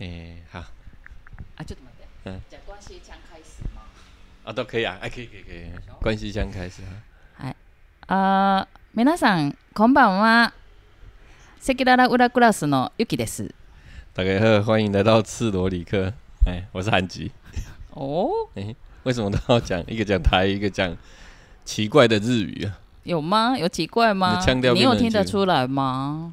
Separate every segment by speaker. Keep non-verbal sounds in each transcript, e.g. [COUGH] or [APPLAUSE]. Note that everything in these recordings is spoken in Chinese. Speaker 1: 哎，好，
Speaker 2: 啊，ちょっと待って。
Speaker 1: 嗯，
Speaker 2: じゃあ关系枪开始吗？
Speaker 1: 啊，都可以啊，哎，可以，可以，可以，关系箱开始啊。
Speaker 2: あー、皆さんこんばんは。セキララウラクラスのゆきです。
Speaker 1: 大家好，欢迎来到赤裸里克。哎，我是韩吉。
Speaker 2: 哦，
Speaker 1: 为什么都要讲一个讲台语，一个讲奇怪的日语啊？
Speaker 2: 有吗？有奇怪
Speaker 1: 你
Speaker 2: 吗？
Speaker 1: 的腔调
Speaker 2: 你
Speaker 1: 变
Speaker 2: 有
Speaker 1: 得很
Speaker 2: 听得
Speaker 1: 奇怪
Speaker 2: 出来吗？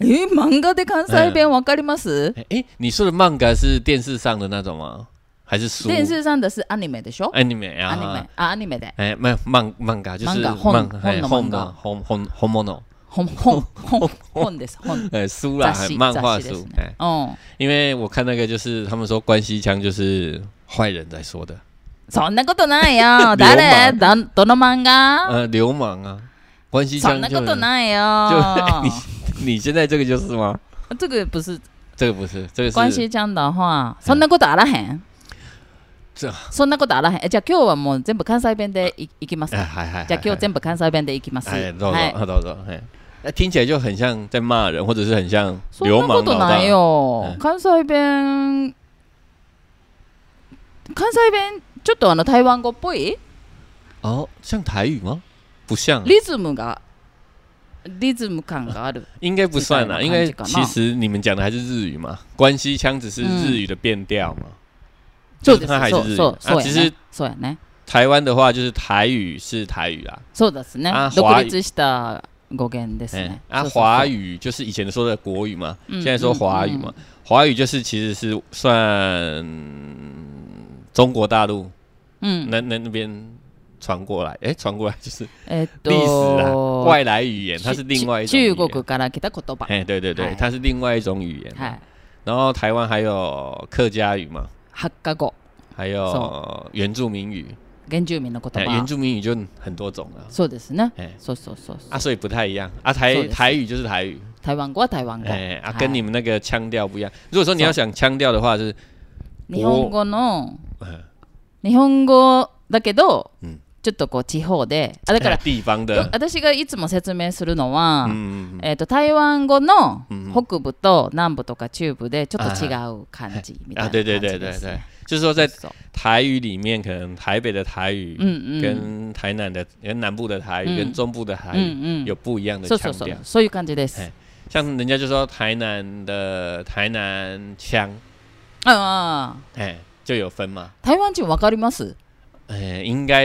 Speaker 2: え漫画で関西弁わかります？
Speaker 1: 哎、诶你说的 manga 是电视上的那种吗？还是书？
Speaker 2: 電視さんだしアニメでしょ？
Speaker 1: anime
Speaker 2: アニメ
Speaker 1: 啊？
Speaker 2: あアニメで。
Speaker 1: 哎，没有 man manga 就是
Speaker 2: manga，本
Speaker 1: 哎
Speaker 2: 本
Speaker 1: 本
Speaker 2: 的
Speaker 1: 的红红红 mono
Speaker 2: 本本本本です本。
Speaker 1: 哎书啦，
Speaker 2: 雑
Speaker 1: 哎
Speaker 2: 誌
Speaker 1: 漫画
Speaker 2: 雑誌です
Speaker 1: 书
Speaker 2: ね
Speaker 1: 哎，。
Speaker 2: うん。
Speaker 1: 因为我看那个就是他们说关西腔就是坏人在说的，
Speaker 2: そんなことない [LAUGHS] よ。誰？だどの漫画？
Speaker 1: 呃，流氓啊，关西
Speaker 2: そ
Speaker 1: 腔
Speaker 2: んな
Speaker 1: 就
Speaker 2: ことない
Speaker 1: 就哎
Speaker 2: よ。 [LAUGHS]
Speaker 1: 你你现在这个就是吗？
Speaker 2: 这个不是
Speaker 1: 这个不是，这个是
Speaker 2: 关系ちゃんだは。そんなことあらへん
Speaker 1: じゃ。
Speaker 2: そんなことあらへん。えじゃあ今日はもう全部関西弁でいいきます
Speaker 1: 哎，
Speaker 2: か。
Speaker 1: 还还
Speaker 2: じゃあ今日
Speaker 1: 在
Speaker 2: 全部関西弁でいきます。
Speaker 1: 哎，懂懂懂懂，哎，那听起来就很像在骂人，或者是很像
Speaker 2: そ
Speaker 1: 流
Speaker 2: んな
Speaker 1: 氓
Speaker 2: こと
Speaker 1: 老
Speaker 2: な
Speaker 1: 大
Speaker 2: い。よ
Speaker 1: うん。
Speaker 2: 関西弁、関西弁、ちょっとあの台湾語っぽい
Speaker 1: 哦，像台语吗？不像，
Speaker 2: リズムが、リズム感がある。
Speaker 1: 应该不算啦，
Speaker 2: 是
Speaker 1: 因
Speaker 2: 台湾
Speaker 1: 为
Speaker 2: 这个嗯
Speaker 1: 其实你们讲的还是日语嘛，关西腔只是日语的变调嘛。
Speaker 2: そ
Speaker 1: 就是
Speaker 2: うです
Speaker 1: 它还是
Speaker 2: [LAUGHS] そう
Speaker 1: 日语，
Speaker 2: そうそう
Speaker 1: 啊，
Speaker 2: や
Speaker 1: 其实
Speaker 2: ね。そうやね。
Speaker 1: 台湾的话就是台语是台语啦，
Speaker 2: そうですね
Speaker 1: あ。
Speaker 2: 独
Speaker 1: 华语
Speaker 2: 立した語源です
Speaker 1: 嗯
Speaker 2: ね，。
Speaker 1: 啊，
Speaker 2: そうそうそう
Speaker 1: 华语就是以前说的国语嘛，
Speaker 2: 嗯
Speaker 1: 现在说华语嘛，华语就是其实是算中国大陆
Speaker 2: うん。
Speaker 1: 那那那边传过来，哎，传过来就是
Speaker 2: えっ
Speaker 1: 历史啦，
Speaker 2: と、
Speaker 1: 外来语言，它是另外一种语
Speaker 2: 中
Speaker 1: 言
Speaker 2: 国から来た言葉。
Speaker 1: 哎，对对对
Speaker 2: 哎，
Speaker 1: 它是另外一种语言。
Speaker 2: はい。
Speaker 1: 然后台湾还有客家语嘛，
Speaker 2: 発火語。
Speaker 1: 还有原住民语，
Speaker 2: 原住民の
Speaker 1: 哎，
Speaker 2: 言
Speaker 1: 原
Speaker 2: 葉。
Speaker 1: 住民语就很多种了，
Speaker 2: そうですね。
Speaker 1: 哎，
Speaker 2: そうそうそうそう。
Speaker 1: 啊，所以不太一样啊。
Speaker 2: そう
Speaker 1: 台
Speaker 2: です
Speaker 1: 台语就是台语，
Speaker 2: 台湾語は台湾語。
Speaker 1: 哎啊，
Speaker 2: はい
Speaker 1: 跟你们那个腔调不一样。如果说你要想腔调的话，是
Speaker 2: 日本語の
Speaker 1: 嗯
Speaker 2: 日本語だけど、
Speaker 1: うん
Speaker 2: ちょっとこう地方であだから、
Speaker 1: 哎地方
Speaker 2: よ
Speaker 1: 的，
Speaker 2: 私がいつも説明するのは、
Speaker 1: 嗯，嗯嗯
Speaker 2: えー、と台湾語の
Speaker 1: うん
Speaker 2: 北部と南部とか中部でちょっと違う感じみたいな
Speaker 1: 啊，
Speaker 2: 感じ
Speaker 1: 对对对
Speaker 2: で
Speaker 1: 对
Speaker 2: す
Speaker 1: 对
Speaker 2: ね。，
Speaker 1: 就是说在
Speaker 2: そう
Speaker 1: 台语里面，可能台北的台语
Speaker 2: うんうん
Speaker 1: 跟台南的、跟南部的台语、
Speaker 2: 嗯
Speaker 1: 跟中部的台
Speaker 2: う
Speaker 1: 语
Speaker 2: んう
Speaker 1: 有
Speaker 2: ん。
Speaker 1: 不一样的
Speaker 2: そう
Speaker 1: 腔
Speaker 2: そうそう
Speaker 1: 调。
Speaker 2: そういう感じです。
Speaker 1: 哎像人家就说台南的台南腔，
Speaker 2: ああ
Speaker 1: 哎，就有分嘛。
Speaker 2: 台湾人わかります？
Speaker 1: 哎，应该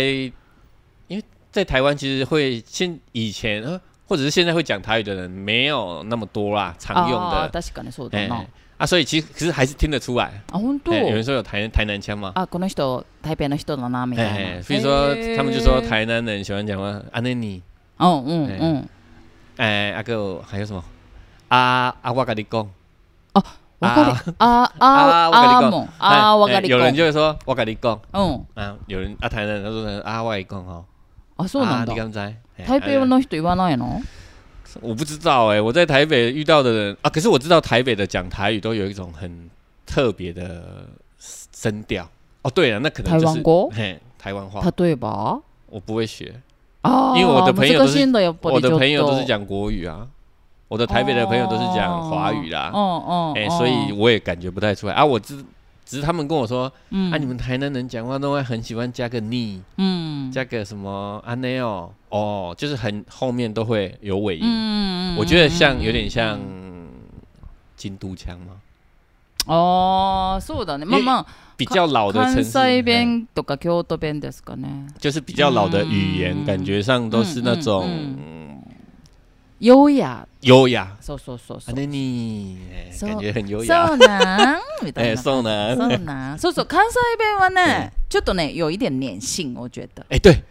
Speaker 1: 因为在台湾其实会现以前呃或者是现在会讲台语的人没有那么多啦，常用
Speaker 2: ああ
Speaker 1: 的，
Speaker 2: 確かにそうだ
Speaker 1: 哎
Speaker 2: な。
Speaker 1: 啊，所以其实可是还是听得出来。
Speaker 2: あ本当
Speaker 1: 哎。有人说有台台南腔吗？
Speaker 2: あこの人台北の人だなみたい
Speaker 1: 哎，
Speaker 2: な。
Speaker 1: 所以说他们就说
Speaker 2: へー
Speaker 1: 台南人喜欢讲话啊，那你
Speaker 2: うんうんうん。
Speaker 1: 哎阿哥还有什么啊啊，我跟你讲，
Speaker 2: わかる。あ、あ、
Speaker 1: あー
Speaker 2: あ、あもん。あー、
Speaker 1: 哎
Speaker 2: わかり
Speaker 1: 有
Speaker 2: こ
Speaker 1: 人
Speaker 2: ん。
Speaker 1: 就会说我跟你讲
Speaker 2: うん。
Speaker 1: 啊，有人啊台南人他说啊我跟你讲哦，
Speaker 2: あ、そう
Speaker 1: 啊
Speaker 2: なんだ
Speaker 1: 你。敢知？哎
Speaker 2: 台
Speaker 1: 哎
Speaker 2: 北の人言わないの？
Speaker 1: 我不知道哎、我在台北遇到的人啊，可是我知道台北的讲台语都有一种很特别的声调。哦，对了，那可能就是
Speaker 2: 台湾語
Speaker 1: 嘿，台湾话，
Speaker 2: 例えば？
Speaker 1: 我不会学。
Speaker 2: あ
Speaker 1: 因为我的
Speaker 2: あ、
Speaker 1: 朋友都
Speaker 2: 難
Speaker 1: 是
Speaker 2: しいんだやっぱ
Speaker 1: 我
Speaker 2: りち
Speaker 1: 的
Speaker 2: ょっ
Speaker 1: 朋友都是
Speaker 2: と。
Speaker 1: 讲国语啊，我的台北的朋友都是讲华语啦。
Speaker 2: 哦
Speaker 1: 哎、所以我也感觉不太出来啊。我只只是他们跟我说，
Speaker 2: 嗯
Speaker 1: 啊，你们台南人讲话都会很喜欢加个你，
Speaker 2: 嗯
Speaker 1: 加个什么啊那哦，哦，就是很后面都会有尾音。
Speaker 2: 嗯
Speaker 1: 我觉得像有点像京都腔嘛，
Speaker 2: 哦，そうだね。まあま
Speaker 1: 比较老
Speaker 2: あ
Speaker 1: 的城
Speaker 2: 関
Speaker 1: 市，
Speaker 2: 西
Speaker 1: 嗯
Speaker 2: 弁とか京都弁ですかね。
Speaker 1: 就是比较老的语言，
Speaker 2: 嗯
Speaker 1: 感觉上都是那种
Speaker 2: 嗯
Speaker 1: 嗯
Speaker 2: ようや、
Speaker 1: 优雅。
Speaker 2: そうそうそうそ
Speaker 1: 阿
Speaker 2: う。
Speaker 1: 内尼，哎
Speaker 2: そう
Speaker 1: 感觉很优雅。
Speaker 2: そうなんみ [LAUGHS] た
Speaker 1: 哎，
Speaker 2: いな。
Speaker 1: 宋南，
Speaker 2: そうなん。そうそう、関西弁はね、ちょっとね、有一点粘性，我觉得。
Speaker 1: [LAUGHS] 哎，对，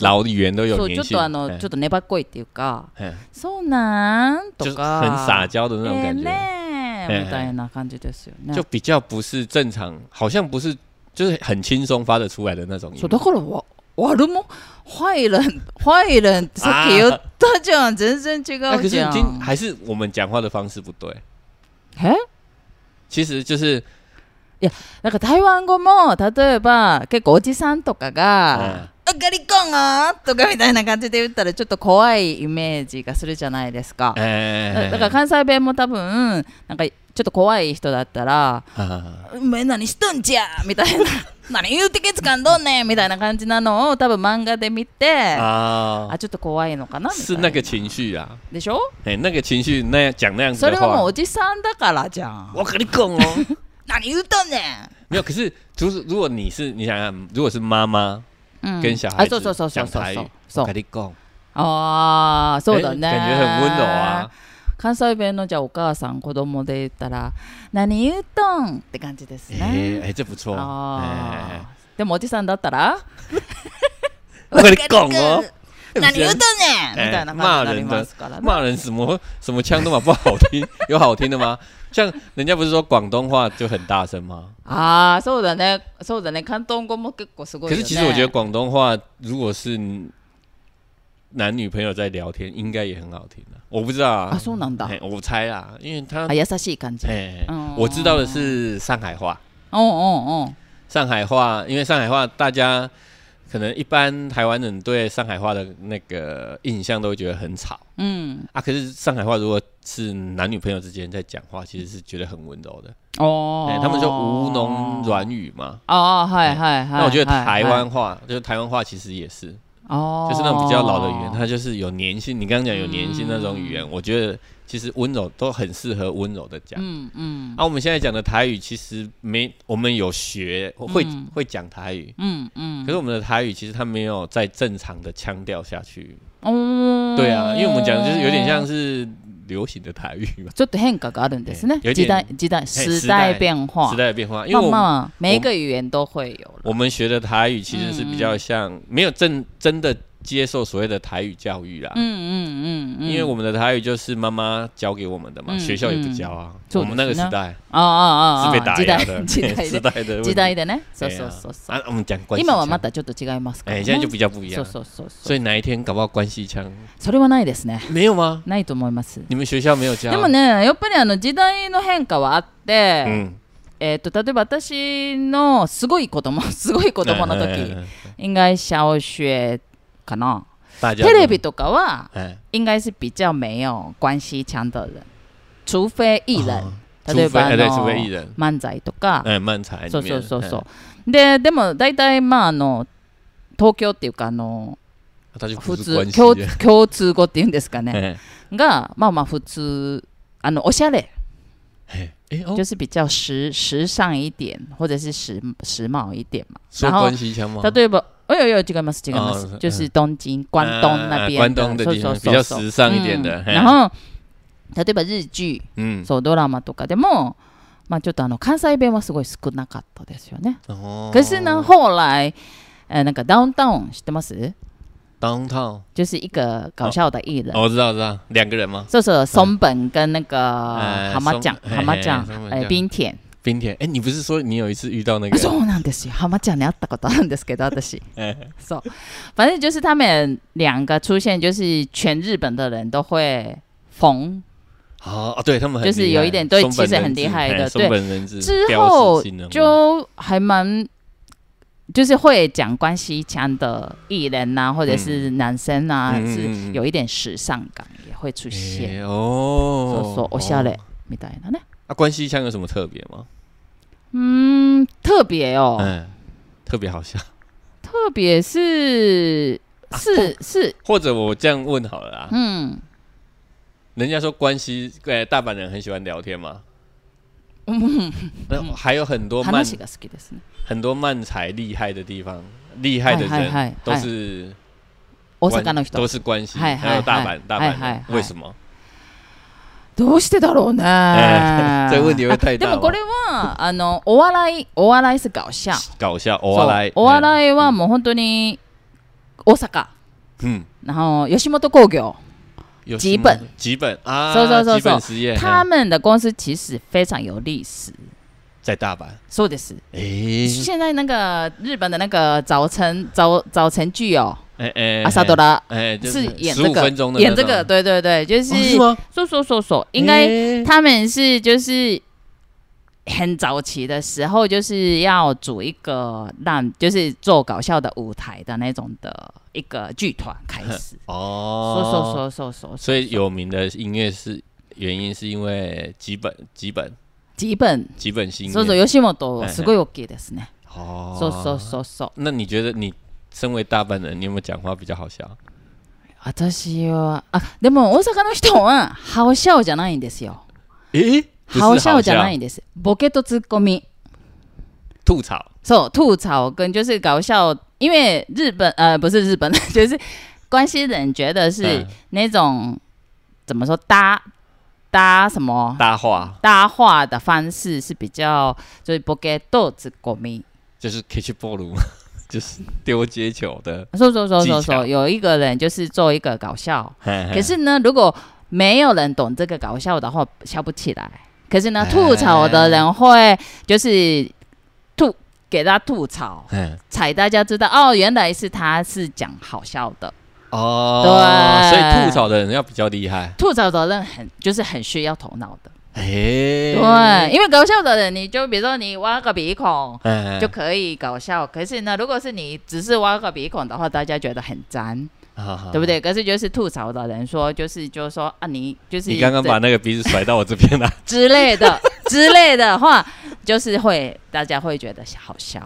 Speaker 1: 老语言都有
Speaker 2: そうち
Speaker 1: 粘
Speaker 2: ょっ
Speaker 1: 性，
Speaker 2: とあの
Speaker 1: 哎
Speaker 2: ちょっと粘っこいっていうか、
Speaker 1: 哎
Speaker 2: そうなん
Speaker 1: 就
Speaker 2: と
Speaker 1: 是
Speaker 2: か、
Speaker 1: 很撒娇的那
Speaker 2: え
Speaker 1: 种
Speaker 2: ー
Speaker 1: 感觉。
Speaker 2: ねね、
Speaker 1: ええ
Speaker 2: みたいな感じですよね
Speaker 1: 就。比较不是正常，好像不是就是很轻松发得出来的那种音。
Speaker 2: そうだからわ悪も坏人坏人ってさっき言ったじゃん、全然
Speaker 1: 那
Speaker 2: 違
Speaker 1: 哎可
Speaker 2: う
Speaker 1: 是
Speaker 2: じ
Speaker 1: 已
Speaker 2: ゃ
Speaker 1: 经
Speaker 2: ん。
Speaker 1: 还是我们讲话的方式不对，
Speaker 2: え
Speaker 1: 其实就是
Speaker 2: なんか台湾語も例えば結構おじさんとかが「ガリコンーとかみたいな感じで言ったらちょっと怖いイメージがするじゃないですか。だ
Speaker 1: 哎，
Speaker 2: だから関西弁も多分なんかちょっと怖い人だったら
Speaker 1: 啊，
Speaker 2: 「お前何しとんじゃ!」みたい [LAUGHS] な「何言うてけつかんどんねん!」みたいな感じなのを多分漫画で見てあ
Speaker 1: 啊，
Speaker 2: ちょっと怖いのかなみた
Speaker 1: 是
Speaker 2: い
Speaker 1: 那
Speaker 2: な
Speaker 1: 个情绪啊，
Speaker 2: でしょ
Speaker 1: 哎，那个情绪那样讲那样子
Speaker 2: それ
Speaker 1: 的
Speaker 2: はもう
Speaker 1: 话
Speaker 2: お，じさんだからじゃん
Speaker 1: 我跟你讲哦， [LAUGHS]
Speaker 2: 何言うとんね
Speaker 1: 没有。可是就是如果你是你想想，如果是妈妈
Speaker 2: ん、うん、
Speaker 1: 跟小
Speaker 2: あ
Speaker 1: 孩
Speaker 2: そうそう
Speaker 1: 子
Speaker 2: そうそ
Speaker 1: 讲
Speaker 2: うそう
Speaker 1: 台语，
Speaker 2: そう
Speaker 1: 我跟你讲，
Speaker 2: ああそうだね、
Speaker 1: 哎感觉很温柔啊。
Speaker 2: 関西弁のじゃあお母さん子供で言ったら「何言うとん!」って感じです
Speaker 1: 哎
Speaker 2: ね、
Speaker 1: 哎，这不错。哎哎
Speaker 2: あ
Speaker 1: 哎
Speaker 2: あでもおじさんだったら
Speaker 1: 我跟你讲哦，
Speaker 2: 何言うとんねんみ
Speaker 1: ええ
Speaker 2: たいな感じになりますからね。
Speaker 1: 骂人什么什么腔都嘛不好听， [LAUGHS] 有好听的吗？像人家不是说广东话就很大声吗？
Speaker 2: ああ、そうだね。そうだね。関東語も結構すごい
Speaker 1: 可
Speaker 2: よ
Speaker 1: 是
Speaker 2: ね。
Speaker 1: 其实我觉得广东话如果是男女朋友在聊天，应该也很好听的、我不知道啊
Speaker 2: あ、，そうなんだ
Speaker 1: 嘿。我猜啦，因为他
Speaker 2: あ、優しい感じ。
Speaker 1: 哎、
Speaker 2: 嗯
Speaker 1: 我知道的是上海话，
Speaker 2: うんうんうん。
Speaker 1: 上海话，因为上海话大家可能一般台湾人对上海话的那个印象都会觉得很吵。
Speaker 2: うん。
Speaker 1: 啊，可是上海话如果是男女朋友之间在讲话，其实是觉得很温柔的。
Speaker 2: お
Speaker 1: 哎、
Speaker 2: ー
Speaker 1: 他们说吴侬。软语嘛。
Speaker 2: ああ、はいはいはい。
Speaker 1: 那我觉得台
Speaker 2: はいはい
Speaker 1: 湾话，就是台湾话，其实也是，
Speaker 2: あー
Speaker 1: 就是那种比较老的语言，它就是有粘性。你刚刚讲有粘性那种语言，我觉得其实温柔都很适合温柔的讲。
Speaker 2: うんうん。
Speaker 1: 啊，我们现在讲的台语其实没，我们有学会、
Speaker 2: 嗯
Speaker 1: 会讲台语，
Speaker 2: うんうん。
Speaker 1: 可是我们的台语其实它没有在正常的腔调下去。
Speaker 2: おー
Speaker 1: 对啊，因为我们讲的就是有点像是流行的台语嘛。
Speaker 2: ちょっと変化があるんですね
Speaker 1: え。有点
Speaker 2: 時代、時代、時
Speaker 1: 時
Speaker 2: 代
Speaker 1: 代
Speaker 2: 变化。
Speaker 1: 时代的变化，因为
Speaker 2: まあ
Speaker 1: 我们
Speaker 2: まあ、每一个语言都会有了。
Speaker 1: 我们学的台语其实是比较像
Speaker 2: 嗯
Speaker 1: 没有真真的接受所谓的台语教育啦
Speaker 2: う，んうんうんうん。
Speaker 1: 因为我们的台语就是妈妈教给我们的嘛，
Speaker 2: 嗯
Speaker 1: 学校也不教啊。
Speaker 2: 嗯
Speaker 1: 我们那个时代
Speaker 2: ああああああ
Speaker 1: 是被打
Speaker 2: 時
Speaker 1: 压
Speaker 2: 代 [LAUGHS]
Speaker 1: 的，
Speaker 2: 時代
Speaker 1: [LAUGHS] 时
Speaker 2: で
Speaker 1: 代的问题
Speaker 2: 時代でね。そ
Speaker 1: 对
Speaker 2: う
Speaker 1: 啊
Speaker 2: そうそうそう。
Speaker 1: 啊，我们讲关系腔
Speaker 2: 今はまたちょっと違いますから、
Speaker 1: 哎，
Speaker 2: ね。
Speaker 1: 现在就比较不一
Speaker 2: そ
Speaker 1: 样
Speaker 2: う。そうそうそ
Speaker 1: 所
Speaker 2: う。
Speaker 1: 以哪一天搞不好关系腔
Speaker 2: それはないですね。
Speaker 1: 没有吗？
Speaker 2: ないと思います。
Speaker 1: 你们学校没有教？
Speaker 2: でもね、やっぱりあの時代の変化はあって、
Speaker 1: 嗯，
Speaker 2: えっ、と、例えば私のすごい子供、 [LAUGHS] すごい子供の
Speaker 1: 哎哎
Speaker 2: 時、
Speaker 1: 哎
Speaker 2: 应该小学かな。
Speaker 1: 大家
Speaker 2: テレビとかは、
Speaker 1: 哎，
Speaker 2: 应该是比较没有关系强的人。除非艺人。
Speaker 1: 哦
Speaker 2: 例え
Speaker 1: 除非
Speaker 2: ばあ
Speaker 1: 哎对，除
Speaker 2: の
Speaker 1: 非艺人
Speaker 2: 漫才とか、
Speaker 1: 哎漫才里
Speaker 2: そう
Speaker 1: 面，
Speaker 2: そうそうそ
Speaker 1: 哎，
Speaker 2: う。で、でも大体、まあ、あの、東京っていうか、あの、
Speaker 1: 他就不
Speaker 2: 普
Speaker 1: 是
Speaker 2: 通
Speaker 1: 关系
Speaker 2: 共
Speaker 1: 人
Speaker 2: 共通語っていうんですかね。
Speaker 1: 哎
Speaker 2: が、まあまあ普通、あの、おしゃれ。
Speaker 1: 哎哎哦
Speaker 2: 就，是比较时时尚一点，或者是时时髦一点嘛。
Speaker 1: 说
Speaker 2: 然后
Speaker 1: 关，系腔吗？
Speaker 2: 例えば、哎呦呦，違います違います
Speaker 1: 哦
Speaker 2: 就是东京、关东那边的、
Speaker 1: 啊关东的地方
Speaker 2: そうそうそう
Speaker 1: 比较时尚一点的。
Speaker 2: 嗯
Speaker 1: 嘿
Speaker 2: 然后、例えば日劇、
Speaker 1: 嗯，
Speaker 2: そうドラマとかでも、まあちょっとあの関西弁はすごい少なかったですよね。
Speaker 1: 哦
Speaker 2: 可是呢，后来、呃、なんかダウンタウン知ってます？
Speaker 1: ，downtown，
Speaker 2: 就是一个搞笑的艺人。
Speaker 1: 哦我知道，我知道，两个人吗？
Speaker 2: そうそう、松本跟那个呃
Speaker 1: 哎
Speaker 2: 浜ちゃん、
Speaker 1: 松
Speaker 2: 浜ちゃ
Speaker 1: 哎哎松、本ちゃ
Speaker 2: ん哎
Speaker 1: ん
Speaker 2: 冰田。
Speaker 1: 冰田，哎，你不是说你有一次遇到那个？
Speaker 2: そうなんですよ。浜ちゃんに会ったことあるんですけど、
Speaker 1: [LAUGHS]
Speaker 2: 私。
Speaker 1: 哎，
Speaker 2: そう。反正就是他们两个出现，就是全日本的人都会缝。
Speaker 1: 好哦，对他们很
Speaker 2: 就是
Speaker 1: 厉害
Speaker 2: 有一点对
Speaker 1: 松本
Speaker 2: 其实很
Speaker 1: 人志
Speaker 2: 厉害
Speaker 1: 嘿
Speaker 2: 的
Speaker 1: 松
Speaker 2: 对
Speaker 1: 本人志
Speaker 2: 之
Speaker 1: 标
Speaker 2: 后
Speaker 1: 志性人物
Speaker 2: 就还蛮，就是会讲关系腔的艺人呐、或者是男生啊，
Speaker 1: 嗯嗯嗯嗯
Speaker 2: 是有一点时尚感也会出现。
Speaker 1: 哎
Speaker 2: そう
Speaker 1: 哦，
Speaker 2: そう、おしゃれ
Speaker 1: 哦。
Speaker 2: みたいなね。
Speaker 1: 啊，关西腔有什么特别吗？
Speaker 2: 嗯，特别哦，
Speaker 1: 嗯，特别好笑。 [LAUGHS]
Speaker 2: 特别是是是，
Speaker 1: 或者我这样问好了啊，
Speaker 2: 嗯，
Speaker 1: 人家说关西，哎，大阪人很喜欢聊天嘛。
Speaker 2: 嗯
Speaker 1: 那还有很多慢
Speaker 2: 話が好きですね。
Speaker 1: 很多漫才厉害的地方，厉害的
Speaker 2: 嗨嗨
Speaker 1: 人
Speaker 2: 嗨
Speaker 1: 都是
Speaker 2: 大
Speaker 1: 关
Speaker 2: 阪の人
Speaker 1: 都。是关系，
Speaker 2: 嗨嗨
Speaker 1: 还有大
Speaker 2: 嗨
Speaker 1: 阪大
Speaker 2: 嗨
Speaker 1: 阪
Speaker 2: 嗨
Speaker 1: 人，
Speaker 2: 嗨
Speaker 1: 为什么？
Speaker 2: どうしてだろう
Speaker 1: [LAUGHS]
Speaker 2: ね。
Speaker 1: 哎这问题会太
Speaker 2: で
Speaker 1: 大吗
Speaker 2: もこれはあのお笑いお笑いす搞
Speaker 1: [LAUGHS]
Speaker 2: 笑。
Speaker 1: 搞笑，偶尔来
Speaker 2: そうお笑いはもう本当に大阪、
Speaker 1: 嗯，
Speaker 2: あの吉本興業、
Speaker 1: 有
Speaker 2: 几本
Speaker 1: 什么几本啊，
Speaker 2: そうそうそうそう
Speaker 1: 几本实验嗯
Speaker 2: 他们的公司其实非常有历史。
Speaker 1: 在大阪，
Speaker 2: そうです。
Speaker 1: 诶
Speaker 2: 现在那个日本的那个早晨早早晨剧哦，
Speaker 1: 诶诶，
Speaker 2: 阿萨多拉
Speaker 1: 诶，
Speaker 2: 是
Speaker 1: 哎
Speaker 2: 演
Speaker 1: 十
Speaker 2: 这
Speaker 1: 五
Speaker 2: 个
Speaker 1: 分钟的那
Speaker 2: 演
Speaker 1: 种
Speaker 2: 这个，对对对，就是
Speaker 1: 哦是吗？
Speaker 2: 说说说说，应该
Speaker 1: 诶
Speaker 2: 他们是就是很早期的时候，就是要组一个让就是做搞笑的舞台的那种的一个剧团开
Speaker 1: [LAUGHS]
Speaker 2: 始。说说
Speaker 1: 哦，
Speaker 2: 说说说，
Speaker 1: 所以有名的音乐是原因是因为几本几本
Speaker 2: 基本。
Speaker 1: 几本新
Speaker 2: そうそう、
Speaker 1: 乐
Speaker 2: 吉本、すごい大きいですね。
Speaker 1: 哦，
Speaker 2: そうそうそうそう。
Speaker 1: 那你觉得你身为大阪人，你有没有讲话比较好笑？
Speaker 2: 私は、あ、でも大阪の人は、ハオシャオじゃないんですよ。
Speaker 1: 诶，不是
Speaker 2: ハオシャオじゃ
Speaker 1: 好
Speaker 2: ないんです。ボケとツッコミ。
Speaker 1: 吐槽
Speaker 2: そう、吐槽跟就是搞笑，因为日本呃不是日本， [LAUGHS] 就是关西人觉得是
Speaker 1: 嗯
Speaker 2: 那种、怎么说搭搭什么
Speaker 1: 搭话，
Speaker 2: 搭话的方式是比较就是不给豆子国民。
Speaker 1: 就是 catch ball，就是 [LAUGHS] 丢接球的。
Speaker 2: 说说说说
Speaker 1: 技巧
Speaker 2: 说，有一个人就是做一个搞笑，可
Speaker 1: 可
Speaker 2: 是呢，如果没有人懂这个搞笑的话，笑不起来。可是呢，
Speaker 1: 哎
Speaker 2: 吐槽的人会就是吐给他吐槽，
Speaker 1: 嗯
Speaker 2: 才大家知道哦，原来是他是讲好笑的。
Speaker 1: 哦，所
Speaker 2: 对
Speaker 1: 以吐槽的人要比较厉害。
Speaker 2: 吐槽的人很就是很需要头脑的，
Speaker 1: 哎，
Speaker 2: 对，因为搞笑的人，你就比如说你挖个鼻孔
Speaker 1: 嗯，
Speaker 2: 就可以搞笑，可是呢，如果是你只是挖个鼻孔的话，大家觉得很脏，
Speaker 1: 好好
Speaker 2: 对不？对？可是就是吐槽的人说，就是就是说啊，你就是
Speaker 1: 你刚刚把那个鼻子甩到我这 [LAUGHS] 边来，啊
Speaker 2: 之类的 [LAUGHS] 之类的话，就是会大家会觉得好笑。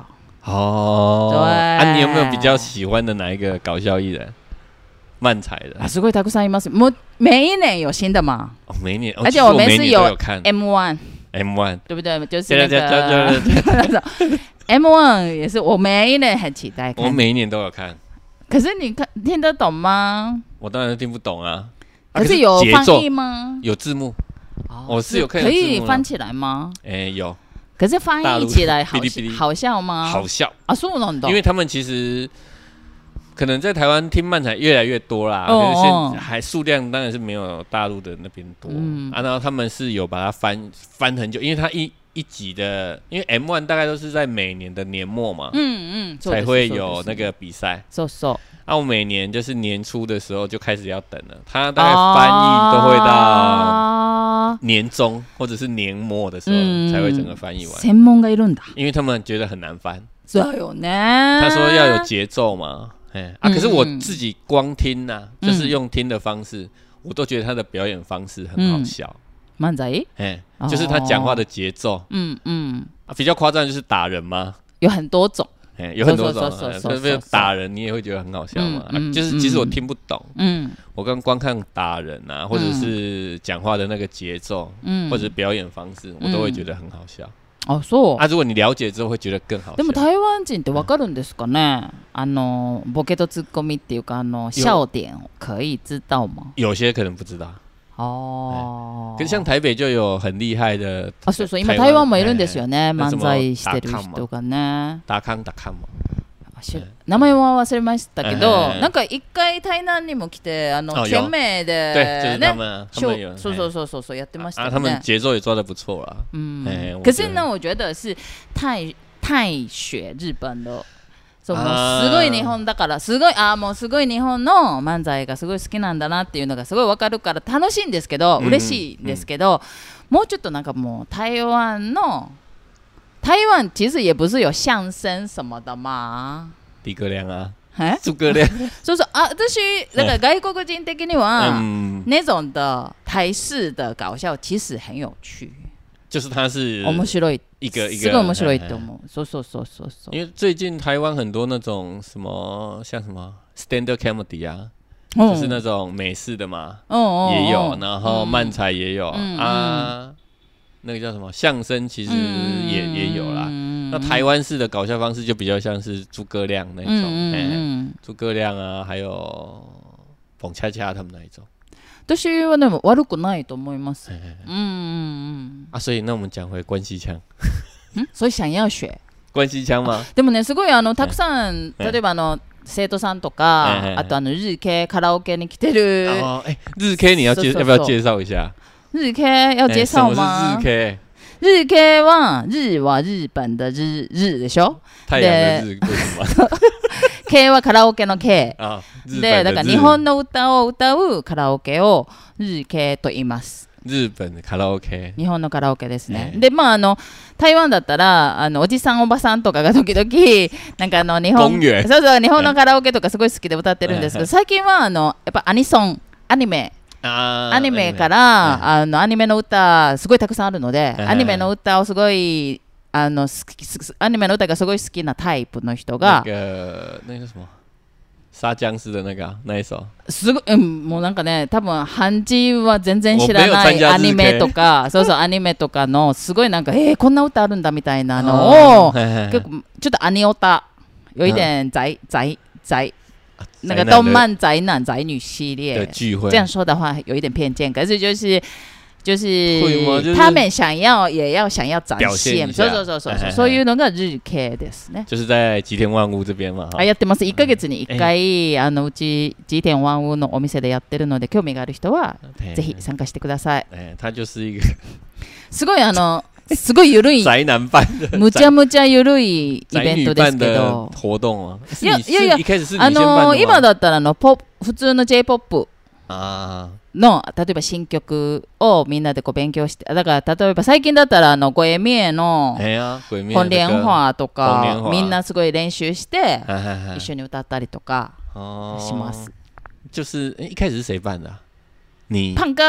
Speaker 1: 哦，
Speaker 2: 对
Speaker 1: 啊，你有没有比较喜欢的哪一个搞笑艺人？漫才的
Speaker 2: 啊，すごいたくさんいます。もう每一年有新的嘛
Speaker 1: 哦，每年，哦
Speaker 2: 而
Speaker 1: 其
Speaker 2: 且
Speaker 1: 实
Speaker 2: 我
Speaker 1: 我
Speaker 2: 们
Speaker 1: 每
Speaker 2: 是
Speaker 1: 年
Speaker 2: 有哎
Speaker 1: 都有看
Speaker 2: ，M One
Speaker 1: M One，
Speaker 2: 对不对？就是
Speaker 1: 对
Speaker 2: 那
Speaker 1: 对对对
Speaker 2: 个
Speaker 1: 对对，
Speaker 2: [LAUGHS] M One 也是我每一年很期待看
Speaker 1: 我每一年都有看，
Speaker 2: 可是你看听得懂吗？
Speaker 1: 我当然听不懂啊，啊
Speaker 2: 可是有
Speaker 1: 节
Speaker 2: 翻
Speaker 1: 奏
Speaker 2: 译吗？
Speaker 1: 有字幕，
Speaker 2: 哦
Speaker 1: 我是有看有
Speaker 2: 可
Speaker 1: 字
Speaker 2: 以
Speaker 1: 幕啦
Speaker 2: 翻起来吗？
Speaker 1: 哎，有
Speaker 2: 可是翻译起来好
Speaker 1: 大陆哔哩哔哩
Speaker 2: 好笑吗？
Speaker 1: 好笑。
Speaker 2: 啊，そうなんだ。
Speaker 1: 因为他们其实可能在台湾听漫才越来越多啦，
Speaker 2: 哦
Speaker 1: 可是
Speaker 2: 哦
Speaker 1: 现还数量当然是没有大陆的那边多、
Speaker 2: 嗯
Speaker 1: 啊。然后他们是有把它翻翻很久，因为它一一集的，因为 M One 大概都是在每年的年末嘛，
Speaker 2: 嗯嗯，そうです
Speaker 1: 才会有那。个比赛。
Speaker 2: そうですそうそう。
Speaker 1: 啊，我每年就是年初的时候就开始要等了，它大概翻译都会到
Speaker 2: あー
Speaker 1: 年中或者是年末的时候
Speaker 2: 嗯
Speaker 1: 才会整个翻译完，
Speaker 2: 専門がいるんだ。
Speaker 1: 因为他们觉得很难翻。
Speaker 2: そうよね。
Speaker 1: 他
Speaker 2: 他
Speaker 1: 说要有节奏嘛，哎啊，
Speaker 2: 啊嗯
Speaker 1: 可是我自己光听呐、就是用听的方式，我都觉得他的表演方式很好笑，
Speaker 2: 漫才。
Speaker 1: 哎、
Speaker 2: 嗯哦
Speaker 1: 就是他讲话的节奏、
Speaker 2: 嗯嗯，
Speaker 1: 啊比较夸张，就是打人嘛，
Speaker 2: 有很多种。
Speaker 1: 哎、有很多
Speaker 2: 说
Speaker 1: 种
Speaker 2: 说说，说
Speaker 1: 那边
Speaker 2: 说说
Speaker 1: 打人你也会觉得很好笑嘛，
Speaker 2: 嗯嗯
Speaker 1: 啊就是
Speaker 2: 嗯
Speaker 1: 其实我听不懂，
Speaker 2: 嗯
Speaker 1: 我刚光看打人啊，或者是讲话的那个节奏。
Speaker 2: うん。
Speaker 1: 或者是表演方式，我都会觉得很好笑、
Speaker 2: あ、そう。
Speaker 1: 啊！如果你了解之后，会觉得更好笑。
Speaker 2: でも台湾人ってわかるんですかねあのボケとツッコミっていうかあの笑点可以知道吗
Speaker 1: 有些可能不知道，
Speaker 2: あ
Speaker 1: 可是
Speaker 2: ー
Speaker 1: 像台北就有很厉害的
Speaker 2: あそうそう今台湾もいるんですよ
Speaker 1: 台
Speaker 2: ね
Speaker 1: 湾
Speaker 2: 漫才してる人がね
Speaker 1: 达康达康嘛，
Speaker 2: あし名前は忘れましたけど
Speaker 1: はい
Speaker 2: なんか一回台南にも来てあの
Speaker 1: あ
Speaker 2: 県名
Speaker 1: 对，就是
Speaker 2: で
Speaker 1: 他
Speaker 2: ね
Speaker 1: 们啊，
Speaker 2: シ
Speaker 1: 他
Speaker 2: ョ
Speaker 1: 们有
Speaker 2: ーそう
Speaker 1: 嘿
Speaker 2: そうそうそうそうやってました
Speaker 1: 啊，
Speaker 2: よ
Speaker 1: 他们
Speaker 2: ね
Speaker 1: 节奏也抓的不错啦。哎
Speaker 2: 嗯
Speaker 1: 我，
Speaker 2: 可是
Speaker 1: 觉得
Speaker 2: 呢，我觉得是太太学日本了。そうも
Speaker 1: あー
Speaker 2: うすごい日本だからすごいあーもうすごい日本の漫才がすごい好きなんだなっていうのがすごいわかるから楽しいんですけど
Speaker 1: うん
Speaker 2: 嬉しいんですけど、もうちょっとなんかもう台湾の台湾其实也不是有相声什么的嘛。
Speaker 1: 诸葛亮
Speaker 2: [LAUGHS]
Speaker 1: 啊，
Speaker 2: え
Speaker 1: 诸葛亮，
Speaker 2: そうそうあ私だから外国人的には
Speaker 1: 嗯，
Speaker 2: 那种的台式的搞笑其实很有趣，
Speaker 1: 就是他是
Speaker 2: 面白い
Speaker 1: 一个一
Speaker 2: すごい
Speaker 1: 个
Speaker 2: 面白い
Speaker 1: 嘿
Speaker 2: と思う。そうそうそうそうそ
Speaker 1: 嘿
Speaker 2: う。
Speaker 1: 因为最近台湾很多那种什么像什么 stand up comedy 啊，
Speaker 2: う
Speaker 1: 就是
Speaker 2: ん
Speaker 1: 那种美式的嘛，
Speaker 2: うん
Speaker 1: 也有，
Speaker 2: 嗯
Speaker 1: 然后漫才也有
Speaker 2: 嗯
Speaker 1: 啊，那个叫什么相声，其实
Speaker 2: 嗯
Speaker 1: 也也有啦。
Speaker 2: 嗯
Speaker 1: 那台湾式的搞笑方式就比较像是诸葛亮那
Speaker 2: 嗯
Speaker 1: 种，哎。
Speaker 2: うん
Speaker 1: 诸葛亮啊，还有冯恰恰他们那一种
Speaker 2: 私はでも悪くないと思います。
Speaker 1: 嘿
Speaker 2: うんうん
Speaker 1: 啊。所以那我们讲回关西腔，
Speaker 2: うん。うん、そういう想要学。
Speaker 1: 关西腔吗？
Speaker 2: 啊でもね、すごいあのたくさん、
Speaker 1: ええ
Speaker 2: 例えばあの生徒さんとか、
Speaker 1: ええ
Speaker 2: あとあの日系カラオケに来てる、
Speaker 1: 哦，哎，日 K 你要介
Speaker 2: 搜搜
Speaker 1: 要不要介绍一下？
Speaker 2: 日系要
Speaker 1: 哎
Speaker 2: 介
Speaker 1: 什
Speaker 2: 绍
Speaker 1: 么
Speaker 2: 吗？
Speaker 1: 是日 K？
Speaker 2: 日系は日は日本的日日でしょ
Speaker 1: 太阳的日为什么 [LAUGHS]
Speaker 2: ？K はカラオケの K。
Speaker 1: 啊？日本
Speaker 2: で、だ
Speaker 1: 的
Speaker 2: から
Speaker 1: 日
Speaker 2: 日本の歌を歌うカラオケを日系と言います。
Speaker 1: 日本的卡拉 OK
Speaker 2: 日本のカラオケですね。
Speaker 1: ええ
Speaker 2: で、まああの台湾だったらあのおじさんおばさんとかが [LAUGHS] 時々なんかあの日
Speaker 1: 公
Speaker 2: 本
Speaker 1: 園
Speaker 2: そうそう日本のカラオケとかすごい好きで歌ってるんですけ
Speaker 1: え
Speaker 2: ど、
Speaker 1: え
Speaker 2: 最近はあのやっぱアニソンアニメ
Speaker 1: 啊
Speaker 2: アニメか
Speaker 1: ええ
Speaker 2: ら、あのアニメの歌すごいたくさんあるので、
Speaker 1: ええ
Speaker 2: アニメの歌をすごいあの好きすアニメの歌がすごい好きなタイプの人
Speaker 1: 那
Speaker 2: が、
Speaker 1: 个那个什么杀僵尸的那个啊那一首，
Speaker 2: すごい、うん、もうなんかね多分漢字は全然知ら
Speaker 1: もう
Speaker 2: な
Speaker 1: 目を参
Speaker 2: い
Speaker 1: 加
Speaker 2: ア
Speaker 1: する
Speaker 2: ニメとかそうそうアニメとかのすご
Speaker 1: [LAUGHS]
Speaker 2: いなんかえー、こんな歌あるんだみたいなのを、
Speaker 1: 嘿嘿嘿 [LAUGHS]
Speaker 2: 結構ちょっとアニオタ有一点宅宅宅
Speaker 1: 啊
Speaker 2: 那个
Speaker 1: 宅男
Speaker 2: 动漫宅男宅女系
Speaker 1: 的的
Speaker 2: 列
Speaker 1: 聚会
Speaker 2: 这，样说的话有一点偏见，可是就是就是
Speaker 1: 会吗就是
Speaker 2: 他们想要也要想要展
Speaker 1: 表現
Speaker 2: 现，
Speaker 1: 一
Speaker 2: そ
Speaker 1: 下
Speaker 2: うそうそうそう
Speaker 1: はいはいはい
Speaker 2: そういうのが日系ですね。
Speaker 1: 就是在吉田万物这边嘛。哈
Speaker 2: あやってます1ヶ月に1回、あのうち G.1 のお店でやってるので興味がある人
Speaker 1: 啊
Speaker 2: は
Speaker 1: 嘿
Speaker 2: ぜひ参加してください
Speaker 1: 哎，他就是
Speaker 2: [LAUGHS]
Speaker 1: 一个
Speaker 2: すごいあ [LAUGHS] のすごい緩い
Speaker 1: 宅男办的
Speaker 2: むちゃむちゃ緩いイ
Speaker 1: 宅
Speaker 2: ベン
Speaker 1: 女
Speaker 2: トで
Speaker 1: 办
Speaker 2: すけ
Speaker 1: 的
Speaker 2: ど
Speaker 1: 活动啊。是
Speaker 2: いや
Speaker 1: 你是
Speaker 2: いやいや
Speaker 1: 一开始是你
Speaker 2: あ
Speaker 1: 先办
Speaker 2: の
Speaker 1: 的
Speaker 2: 今
Speaker 1: 吗？
Speaker 2: だったらあのポップ普通の J−POP
Speaker 1: 啊，
Speaker 2: の例えば新曲をみんなでこう勉強してだから例えば最近だったらあのゴエミエの
Speaker 1: 哎呀，鬼
Speaker 2: 「
Speaker 1: 灭
Speaker 2: 本蓮
Speaker 1: 画，
Speaker 2: 花」と
Speaker 1: 本蓮
Speaker 2: か
Speaker 1: 花
Speaker 2: みんなすごい練習して
Speaker 1: 哎哎哎
Speaker 2: 一緒に歌ったりとか
Speaker 1: 哦
Speaker 2: します。
Speaker 1: 就是哎一开始是谁办的啊？你
Speaker 2: パン [LAUGHS] 哥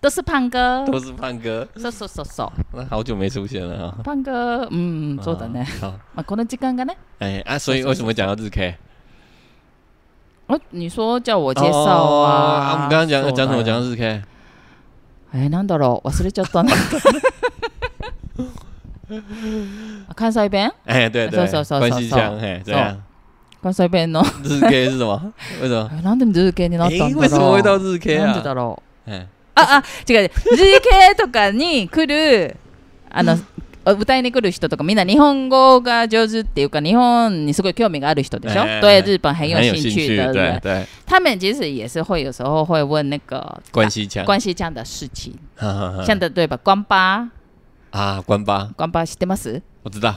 Speaker 2: 都是パン哥
Speaker 1: 都是胖哥，
Speaker 2: そうそうそうそ
Speaker 1: 那好久没出现了啊啊
Speaker 2: う。パン哥うんそうだね、
Speaker 1: 好，
Speaker 2: まあ、この時間がね
Speaker 1: 哎啊，所以为什么讲到日 K？
Speaker 2: あ你说叫我
Speaker 1: 我
Speaker 2: 介绍啊
Speaker 1: 哦我们刚刚讲讲什么？讲
Speaker 2: そ
Speaker 1: 到日
Speaker 2: うだよ
Speaker 1: K？
Speaker 2: えーなんだろう忘れちゃ [LAUGHS] ったねあ関西弁
Speaker 1: 哎，对对，
Speaker 2: 嗖嗖嗖
Speaker 1: 关
Speaker 2: 嗖
Speaker 1: 西
Speaker 2: 嗖
Speaker 1: 腔，哎，怎样？
Speaker 2: 関西弁の
Speaker 1: 日 K 是什么？为什
Speaker 2: [LAUGHS]
Speaker 1: 么？
Speaker 2: えなんで日系になった
Speaker 1: 哎，
Speaker 2: んだろう
Speaker 1: 为什么会到日 K
Speaker 2: なんで
Speaker 1: 啊？
Speaker 2: だろう
Speaker 1: 哎，
Speaker 2: ああ違う違う GK とかに来るあの歌いに来る人とかみんな日本語が上手っていうか日本にすごい興味がある人でしょ
Speaker 1: ええ
Speaker 2: 对日本很有
Speaker 1: 很有
Speaker 2: 兴
Speaker 1: 兴
Speaker 2: 趣
Speaker 1: 趣，
Speaker 2: 的
Speaker 1: 对
Speaker 2: 人。
Speaker 1: 对，
Speaker 2: 他们其实也是会有时候会问那个
Speaker 1: 关西腔，
Speaker 2: 关系这样的事情，
Speaker 1: 哈哈哈
Speaker 2: 像的对吧？关巴
Speaker 1: 啊，关八，
Speaker 2: 关巴知ってます？
Speaker 1: 我知道，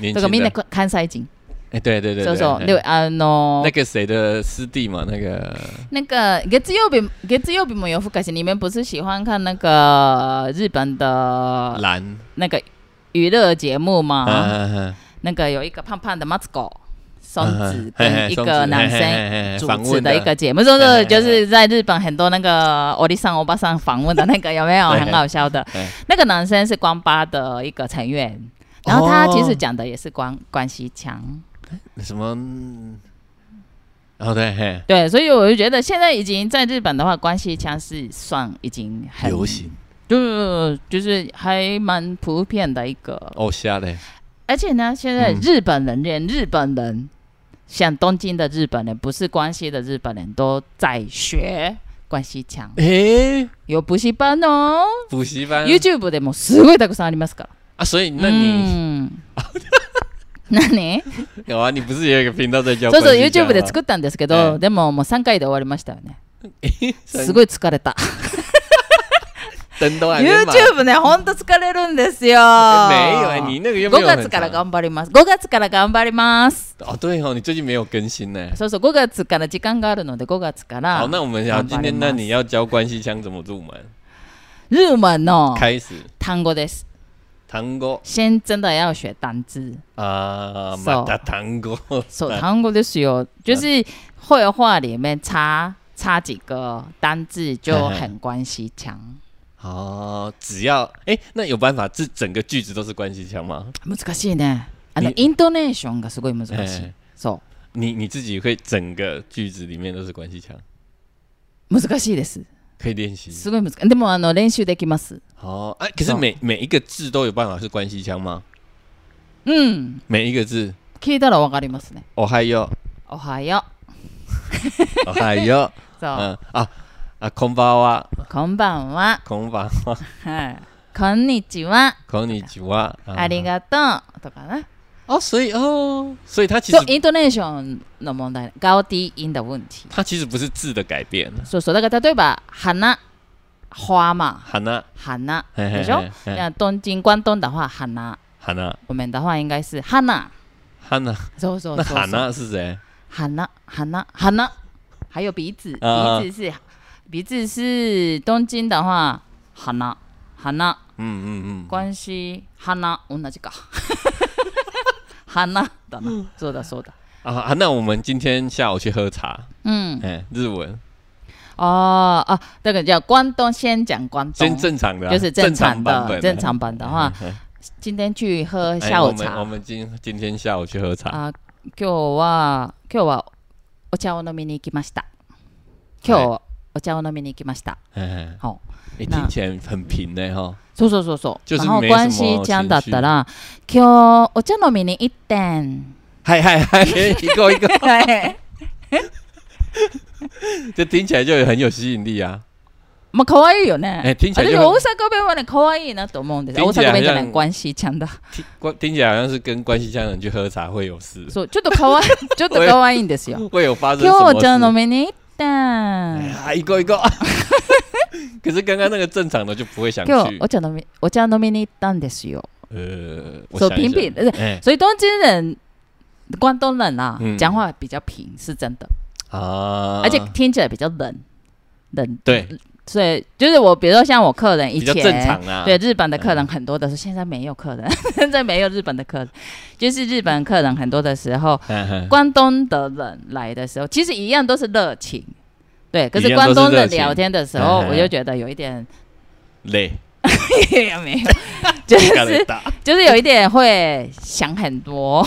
Speaker 1: 年
Speaker 2: 这个
Speaker 1: 轻
Speaker 2: みんな
Speaker 1: 的，
Speaker 2: 関西人，
Speaker 1: 哎，对对对，
Speaker 2: そうそう。
Speaker 1: 对
Speaker 2: で
Speaker 1: 哎
Speaker 2: あの
Speaker 1: 那个谁的师弟嘛，那个
Speaker 2: 呃那个月曜日月曜日も夜更かし，你们不是喜欢看那个日本的
Speaker 1: 蓝，
Speaker 2: 那个娱乐节目吗？
Speaker 1: 啊，
Speaker 2: 那个有一个胖胖的 Masco 松子
Speaker 1: 嗯嘿嘿
Speaker 2: 跟一个男生
Speaker 1: 生
Speaker 2: 主
Speaker 1: 访
Speaker 2: 持
Speaker 1: 问
Speaker 2: 的一个节目，
Speaker 1: 嘿
Speaker 2: 就
Speaker 1: 嘿
Speaker 2: 是
Speaker 1: 嘿
Speaker 2: 就是在日本很多那个欧弟上欧巴上访问的那个有没有
Speaker 1: 嘿嘿
Speaker 2: 很好笑的
Speaker 1: 嘿？
Speaker 2: 那个男生是光巴的一个成员，然后他其实讲的也是关关系强，
Speaker 1: 哦什么，嗯哦对，嘿，
Speaker 2: 对，所以我就觉得现在已经在日本的话，关系强是算已经很
Speaker 1: 流，行，
Speaker 2: 就是就是还蛮普遍的一个
Speaker 1: 哦吓嘞，
Speaker 2: 而且呢，现在
Speaker 1: 嗯
Speaker 2: 日本人连日本人，像东京的日本人，不是关西的日本人都在学关西腔，
Speaker 1: 哎，
Speaker 2: 有补习班哦。
Speaker 1: 补习班
Speaker 2: YouTube でもすごいたくさんありますから。
Speaker 1: 啊，所以那你 [LAUGHS]
Speaker 2: 嗯 [LAUGHS] 何
Speaker 1: 有啊，你不是也有一个频道在教
Speaker 2: そう
Speaker 1: 关
Speaker 2: そう
Speaker 1: 系腔
Speaker 2: YouTube
Speaker 1: 吗？
Speaker 2: で作ったんですけど、
Speaker 1: ええ
Speaker 2: でももう3回で終わりましたよね。す
Speaker 1: ご
Speaker 2: ごい疲れた。
Speaker 1: 灯都还没买
Speaker 2: YouTube 哦ね、ほんと疲れるんですよ。
Speaker 1: 没有哎，你那个又没
Speaker 2: 5
Speaker 1: 有很
Speaker 2: 月
Speaker 1: 长
Speaker 2: から頑張ります。5月から頑張ります。
Speaker 1: 哦，对哦，你最近没有更新呢。
Speaker 2: そうそう、5月から時間があるので、5月から。
Speaker 1: 好，那我们要
Speaker 2: 頑張
Speaker 1: 今
Speaker 2: り
Speaker 1: 天
Speaker 2: ま
Speaker 1: 那
Speaker 2: す
Speaker 1: 你要教关系腔怎么入门？
Speaker 2: 日文の
Speaker 1: 开始，
Speaker 2: 単語です。
Speaker 1: 糖果
Speaker 2: 先真的要学单字，
Speaker 1: 啊，
Speaker 2: So
Speaker 1: 马达糖 [LAUGHS] 果，
Speaker 2: 手単語ですよ。就是绘画里面插插几个单字就很关系强。
Speaker 1: 哦，只要哎，那有办法，这整个句子都是关系腔吗？
Speaker 2: 難しいね。あの
Speaker 1: に
Speaker 2: イントネーションがすごい難しい
Speaker 1: 哎。，
Speaker 2: そ
Speaker 1: 你你自己会整个句子里面都是关系腔，
Speaker 2: う難しいです。
Speaker 1: 可以练习。
Speaker 2: すごい難しい。でもあの練習できます。
Speaker 1: 哦，哎，可是
Speaker 2: So
Speaker 1: 每每一个字都有办法是关系腔吗？
Speaker 2: うん。
Speaker 1: 每一个字，
Speaker 2: 聞いたらわかりますね。
Speaker 1: 哦嗨哟，
Speaker 2: おはよ
Speaker 1: [LAUGHS] 哦嗨哟，
Speaker 2: う。そう。
Speaker 1: 嗯啊啊，空包啊，
Speaker 2: こんばんは。
Speaker 1: 空包。
Speaker 2: はい。こんにちは。
Speaker 1: こんにちは。
Speaker 2: あり
Speaker 1: と
Speaker 2: がとう。とかね。
Speaker 1: 啊哦，所以哦，所以它其
Speaker 2: 所
Speaker 1: 实
Speaker 2: 以 intonation の問題、高低音的问题。
Speaker 1: 它其实不是字的改变，
Speaker 2: そうそう。だから例えば花花嘛，
Speaker 1: 哈娜，
Speaker 2: 花
Speaker 1: 嘿嘿
Speaker 2: でしょ？
Speaker 1: 嘿嘿
Speaker 2: 那东京关东的话花，
Speaker 1: 哈娜，
Speaker 2: 我们的话应该是花。
Speaker 1: 哈娜，
Speaker 2: そうそう
Speaker 1: 那
Speaker 2: そうそう。
Speaker 1: 哈娜是谁？
Speaker 2: 花花花，还有鼻子，
Speaker 1: 啊
Speaker 2: 鼻子是鼻子是东京的话花花。
Speaker 1: 嗯嗯嗯，
Speaker 2: 关系花同じか。花だな。そうだそうだ。
Speaker 1: 啊啊，那我们今天下午去喝茶，
Speaker 2: 嗯。
Speaker 1: 哎，日文
Speaker 2: 哦啊，那个叫关东，先讲关东，
Speaker 1: 先正常的啊，
Speaker 2: 哦就是
Speaker 1: 正
Speaker 2: 正常
Speaker 1: 版
Speaker 2: 的
Speaker 1: 本，
Speaker 2: 正常版的话，
Speaker 1: 嗯
Speaker 2: 今天去喝
Speaker 1: 哎
Speaker 2: 下午
Speaker 1: 我们我
Speaker 2: 茶
Speaker 1: 们今今天下午去喝茶，
Speaker 2: 啊。今日は今日はお茶を飲みに行きました。今日お茶を飲みに行きました。
Speaker 1: 哎，
Speaker 2: 好，
Speaker 1: 你
Speaker 2: 那
Speaker 1: 听
Speaker 2: 嗯
Speaker 1: 起来很平呢哈，
Speaker 2: そうそうそうそう。
Speaker 1: 就是
Speaker 2: 然後
Speaker 1: 没什么
Speaker 2: 关西ちゃんだったら、今日お茶飲みに行ってん。
Speaker 1: 嗨嗨嗨， [LAUGHS] 一个一个，这听起来就很有吸引力啊，
Speaker 2: まあ可愛いよね。
Speaker 1: 哎，听起来
Speaker 2: 私
Speaker 1: 就
Speaker 2: 大
Speaker 1: 很
Speaker 2: 阪弁はね可愛いなと思うんです。大
Speaker 1: 听起来
Speaker 2: 阪弁じゃな
Speaker 1: 好
Speaker 2: い
Speaker 1: 像
Speaker 2: 关西ちゃんだ。
Speaker 1: 听关听起来好像是跟关系家人去喝茶会有事，啊
Speaker 2: そうちょっと
Speaker 1: [LAUGHS]
Speaker 2: 可愛いちょっと可愛いんですよ。
Speaker 1: 会有发生
Speaker 2: 今
Speaker 1: 什
Speaker 2: 日
Speaker 1: 么
Speaker 2: お
Speaker 1: 事？
Speaker 2: 茶飲みに行って
Speaker 1: 哎
Speaker 2: ん。
Speaker 1: 呀，一个一个。 [LAUGHS] 可是刚刚那个正常的就不会想
Speaker 2: 今日
Speaker 1: 去
Speaker 2: お。茶飲みお茶飲みに行ったんですよ。
Speaker 1: 呃，我
Speaker 2: 所以
Speaker 1: 想一
Speaker 2: 平
Speaker 1: 想
Speaker 2: 平呃
Speaker 1: 哎
Speaker 2: 所以东京人、关东人啊
Speaker 1: 嗯，
Speaker 2: 讲话比较平，是真的，
Speaker 1: 啊，
Speaker 2: 而且听起来比较冷，冷。
Speaker 1: 对，
Speaker 2: 所以就是我，比如说像我客人以
Speaker 1: 比较
Speaker 2: 前，
Speaker 1: 正常啊。
Speaker 2: 对日本的客人很多的时候，现在没有客人， [LAUGHS] 现在没有日本的客人，就是日本客人很多的时候，
Speaker 1: [LAUGHS] 嗯，哼 [LAUGHS]
Speaker 2: 关东的人来的时候，其实一样都是热情。对，可
Speaker 1: 一
Speaker 2: 是
Speaker 1: 样都
Speaker 2: 关
Speaker 1: 是
Speaker 2: 东
Speaker 1: 热
Speaker 2: 人
Speaker 1: 情
Speaker 2: 聊天的时候，
Speaker 1: 嗯嗯
Speaker 2: 我就觉得有一点
Speaker 1: 累，
Speaker 2: 也没有，就
Speaker 1: 干得
Speaker 2: 是
Speaker 1: 大
Speaker 2: 就是有一点会想很多，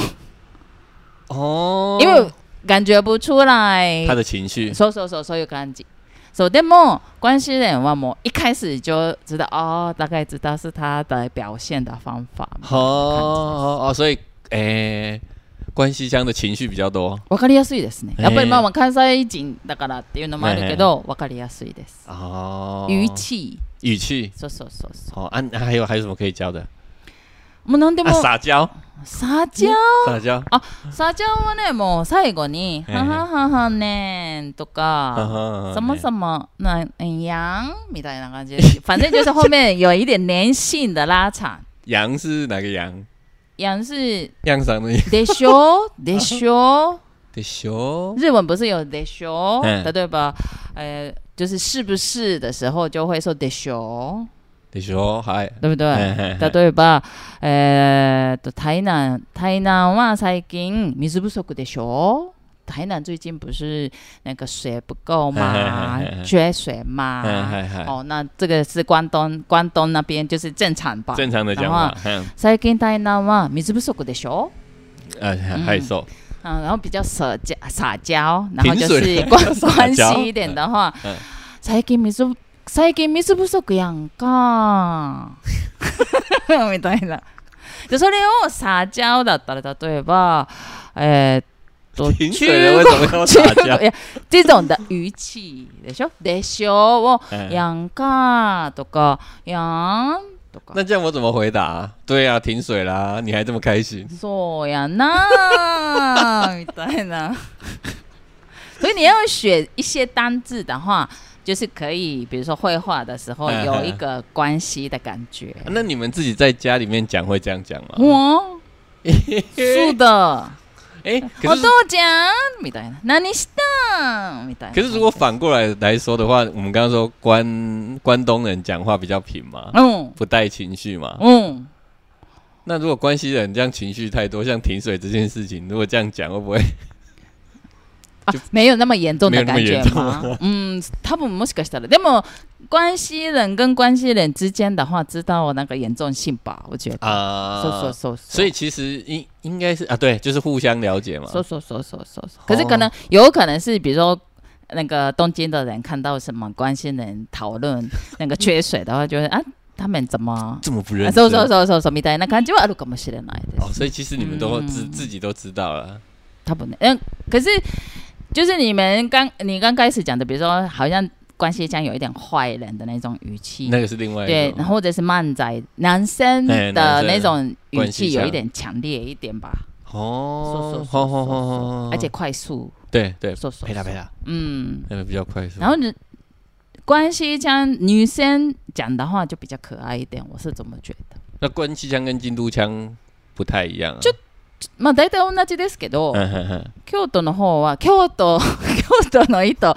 Speaker 1: 哦，
Speaker 2: 因为感觉不出来
Speaker 1: 他。的情绪
Speaker 2: そうそうそうそういう感じ。そうでも关系人はもう一开始就知道哦，大概知道是他的表现的方法。
Speaker 1: 哦哦哦，所以哎，关西腔的情绪比较多
Speaker 2: わかりやすいですね。
Speaker 1: えー
Speaker 2: やっぱりまあまあ関西人だからっていうのもあるけど、わかりやすいです。
Speaker 1: 哦，
Speaker 2: 语气，
Speaker 1: 语气
Speaker 2: そうそうそうそ
Speaker 1: 哦啊，那还有还有什么可以教的？
Speaker 2: う。もうなんでも、
Speaker 1: 啊，撒娇，
Speaker 2: 撒娇
Speaker 1: 撒娇，
Speaker 2: 撒娇はね、もう最後に、
Speaker 1: え
Speaker 2: は
Speaker 1: ー
Speaker 2: はははねんと
Speaker 1: 嗯
Speaker 2: か、
Speaker 1: 哼
Speaker 2: 什么什么なんやんみたいな感じで， [LAUGHS] 反正就是后面有一点粘性的拉长。
Speaker 1: 羊是哪个羊？
Speaker 2: 羊是
Speaker 1: 羊嗓的羊
Speaker 2: でし [LAUGHS] ょでしょ
Speaker 1: でしょ？
Speaker 2: 日文不是有でしょ
Speaker 1: 嗯
Speaker 2: 例えば、呃，就是是不是的时候就会说でしょ
Speaker 1: でしょ？はい。
Speaker 2: 对不对？
Speaker 1: 嘿嘿嘿
Speaker 2: 例えば、えーっと台南台南は最近水不足でしょ台南最近不是那个水不够吗
Speaker 1: 嘿嘿嘿嘿？嘿
Speaker 2: 缺水吗？
Speaker 1: 嘿嘿嘿
Speaker 2: 哦，那这个是关东关东那边就是正常吧？
Speaker 1: 正常的讲
Speaker 2: 然
Speaker 1: 法
Speaker 2: 后，
Speaker 1: 嗯，
Speaker 2: 最近台南は水不足でしょ？
Speaker 1: 呃，害羞，
Speaker 2: 嗯，然后比较撒娇撒娇，然后
Speaker 1: 停
Speaker 2: 就
Speaker 1: 水
Speaker 2: 是关
Speaker 1: 撒娇
Speaker 2: 关系一点的话
Speaker 1: [LAUGHS] 嗯嗯，
Speaker 2: 最近水不最近水不足やんかみたいな。でそれを撒 [LAUGHS] 嬌だったら例えば、えーっと
Speaker 1: 停水了为什么要
Speaker 2: 中
Speaker 1: 撒
Speaker 2: [LAUGHS]
Speaker 1: [LAUGHS] 娇嗯
Speaker 2: 国？や这种的语气でしょ？でしょを
Speaker 1: 嗯
Speaker 2: やんかとかやんとか。
Speaker 1: 那这样我怎么回答、对啊，停水啦，你还这么开心？
Speaker 2: そうやなあみたいな。所以你要学一些单字的话，就是可以，比如说绘画的时候
Speaker 1: 哎
Speaker 2: 有一个关系的感觉。
Speaker 1: 啊那你们自己在家里面讲会这样讲吗？
Speaker 2: [LAUGHS] 我是的，
Speaker 1: 哎、
Speaker 2: 我
Speaker 1: 哦可是
Speaker 2: 都讲みたいな。何したみたいな。
Speaker 1: 可是如果反过来来说的话，我们刚刚说关关东人讲话比较平嘛，
Speaker 2: 嗯
Speaker 1: 不带情绪嘛。
Speaker 2: 嗯，
Speaker 1: 那如果关西人这样情绪太多，像停水这件事情，如果这样讲会不会？
Speaker 2: 啊，没有那么严重的感
Speaker 1: 没有
Speaker 2: 觉
Speaker 1: 那么严啊
Speaker 2: 吗？ [LAUGHS] 嗯，他们もしかしたら、でも关系人跟关系人之间的话，知道那个严重性吧？我觉得。
Speaker 1: 啊、
Speaker 2: そうそうそうそう。
Speaker 1: 所以其实应应该是啊，对，就是互相了解嘛。
Speaker 2: 说说说说说说，可是可能有可能是，比如说那个东京的人看到什么关心人讨论那个缺水的话，就会啊，他们怎么？
Speaker 1: 这么不认
Speaker 2: 啊
Speaker 1: 真，
Speaker 2: そうそうそうそうそうみたいな感じはあるかもしれないで
Speaker 1: 哦，
Speaker 2: す。
Speaker 1: 所以其实你们都
Speaker 2: 嗯
Speaker 1: 自、自己都知道了。
Speaker 2: 他不能，嗯，可是就是你们刚你刚开始讲的，比如说好像关系腔有一点坏人的那种语气，
Speaker 1: 那个是另外一
Speaker 2: 嗯对，
Speaker 1: 种
Speaker 2: 然后或者是漫仔男生
Speaker 1: 哎男
Speaker 2: 的
Speaker 1: 生
Speaker 2: 那种语
Speaker 1: 关系
Speaker 2: 气
Speaker 1: 腔
Speaker 2: 有一点强烈一点吧，说
Speaker 1: 哦
Speaker 2: 说，说说说，而且快速
Speaker 1: 对对，
Speaker 2: 说说
Speaker 1: 陪他陪
Speaker 2: 说
Speaker 1: 他，
Speaker 2: 嗯，
Speaker 1: 那个比较快速。
Speaker 2: 然后你关系腔女生讲的话就比较可爱一点，我是怎么觉得？
Speaker 1: 那关西腔跟京都腔不太一样啊，
Speaker 2: 就まあ大体同じですけど、
Speaker 1: 嗯哼哼
Speaker 2: 京都の方は京都 [LAUGHS] 京都の人，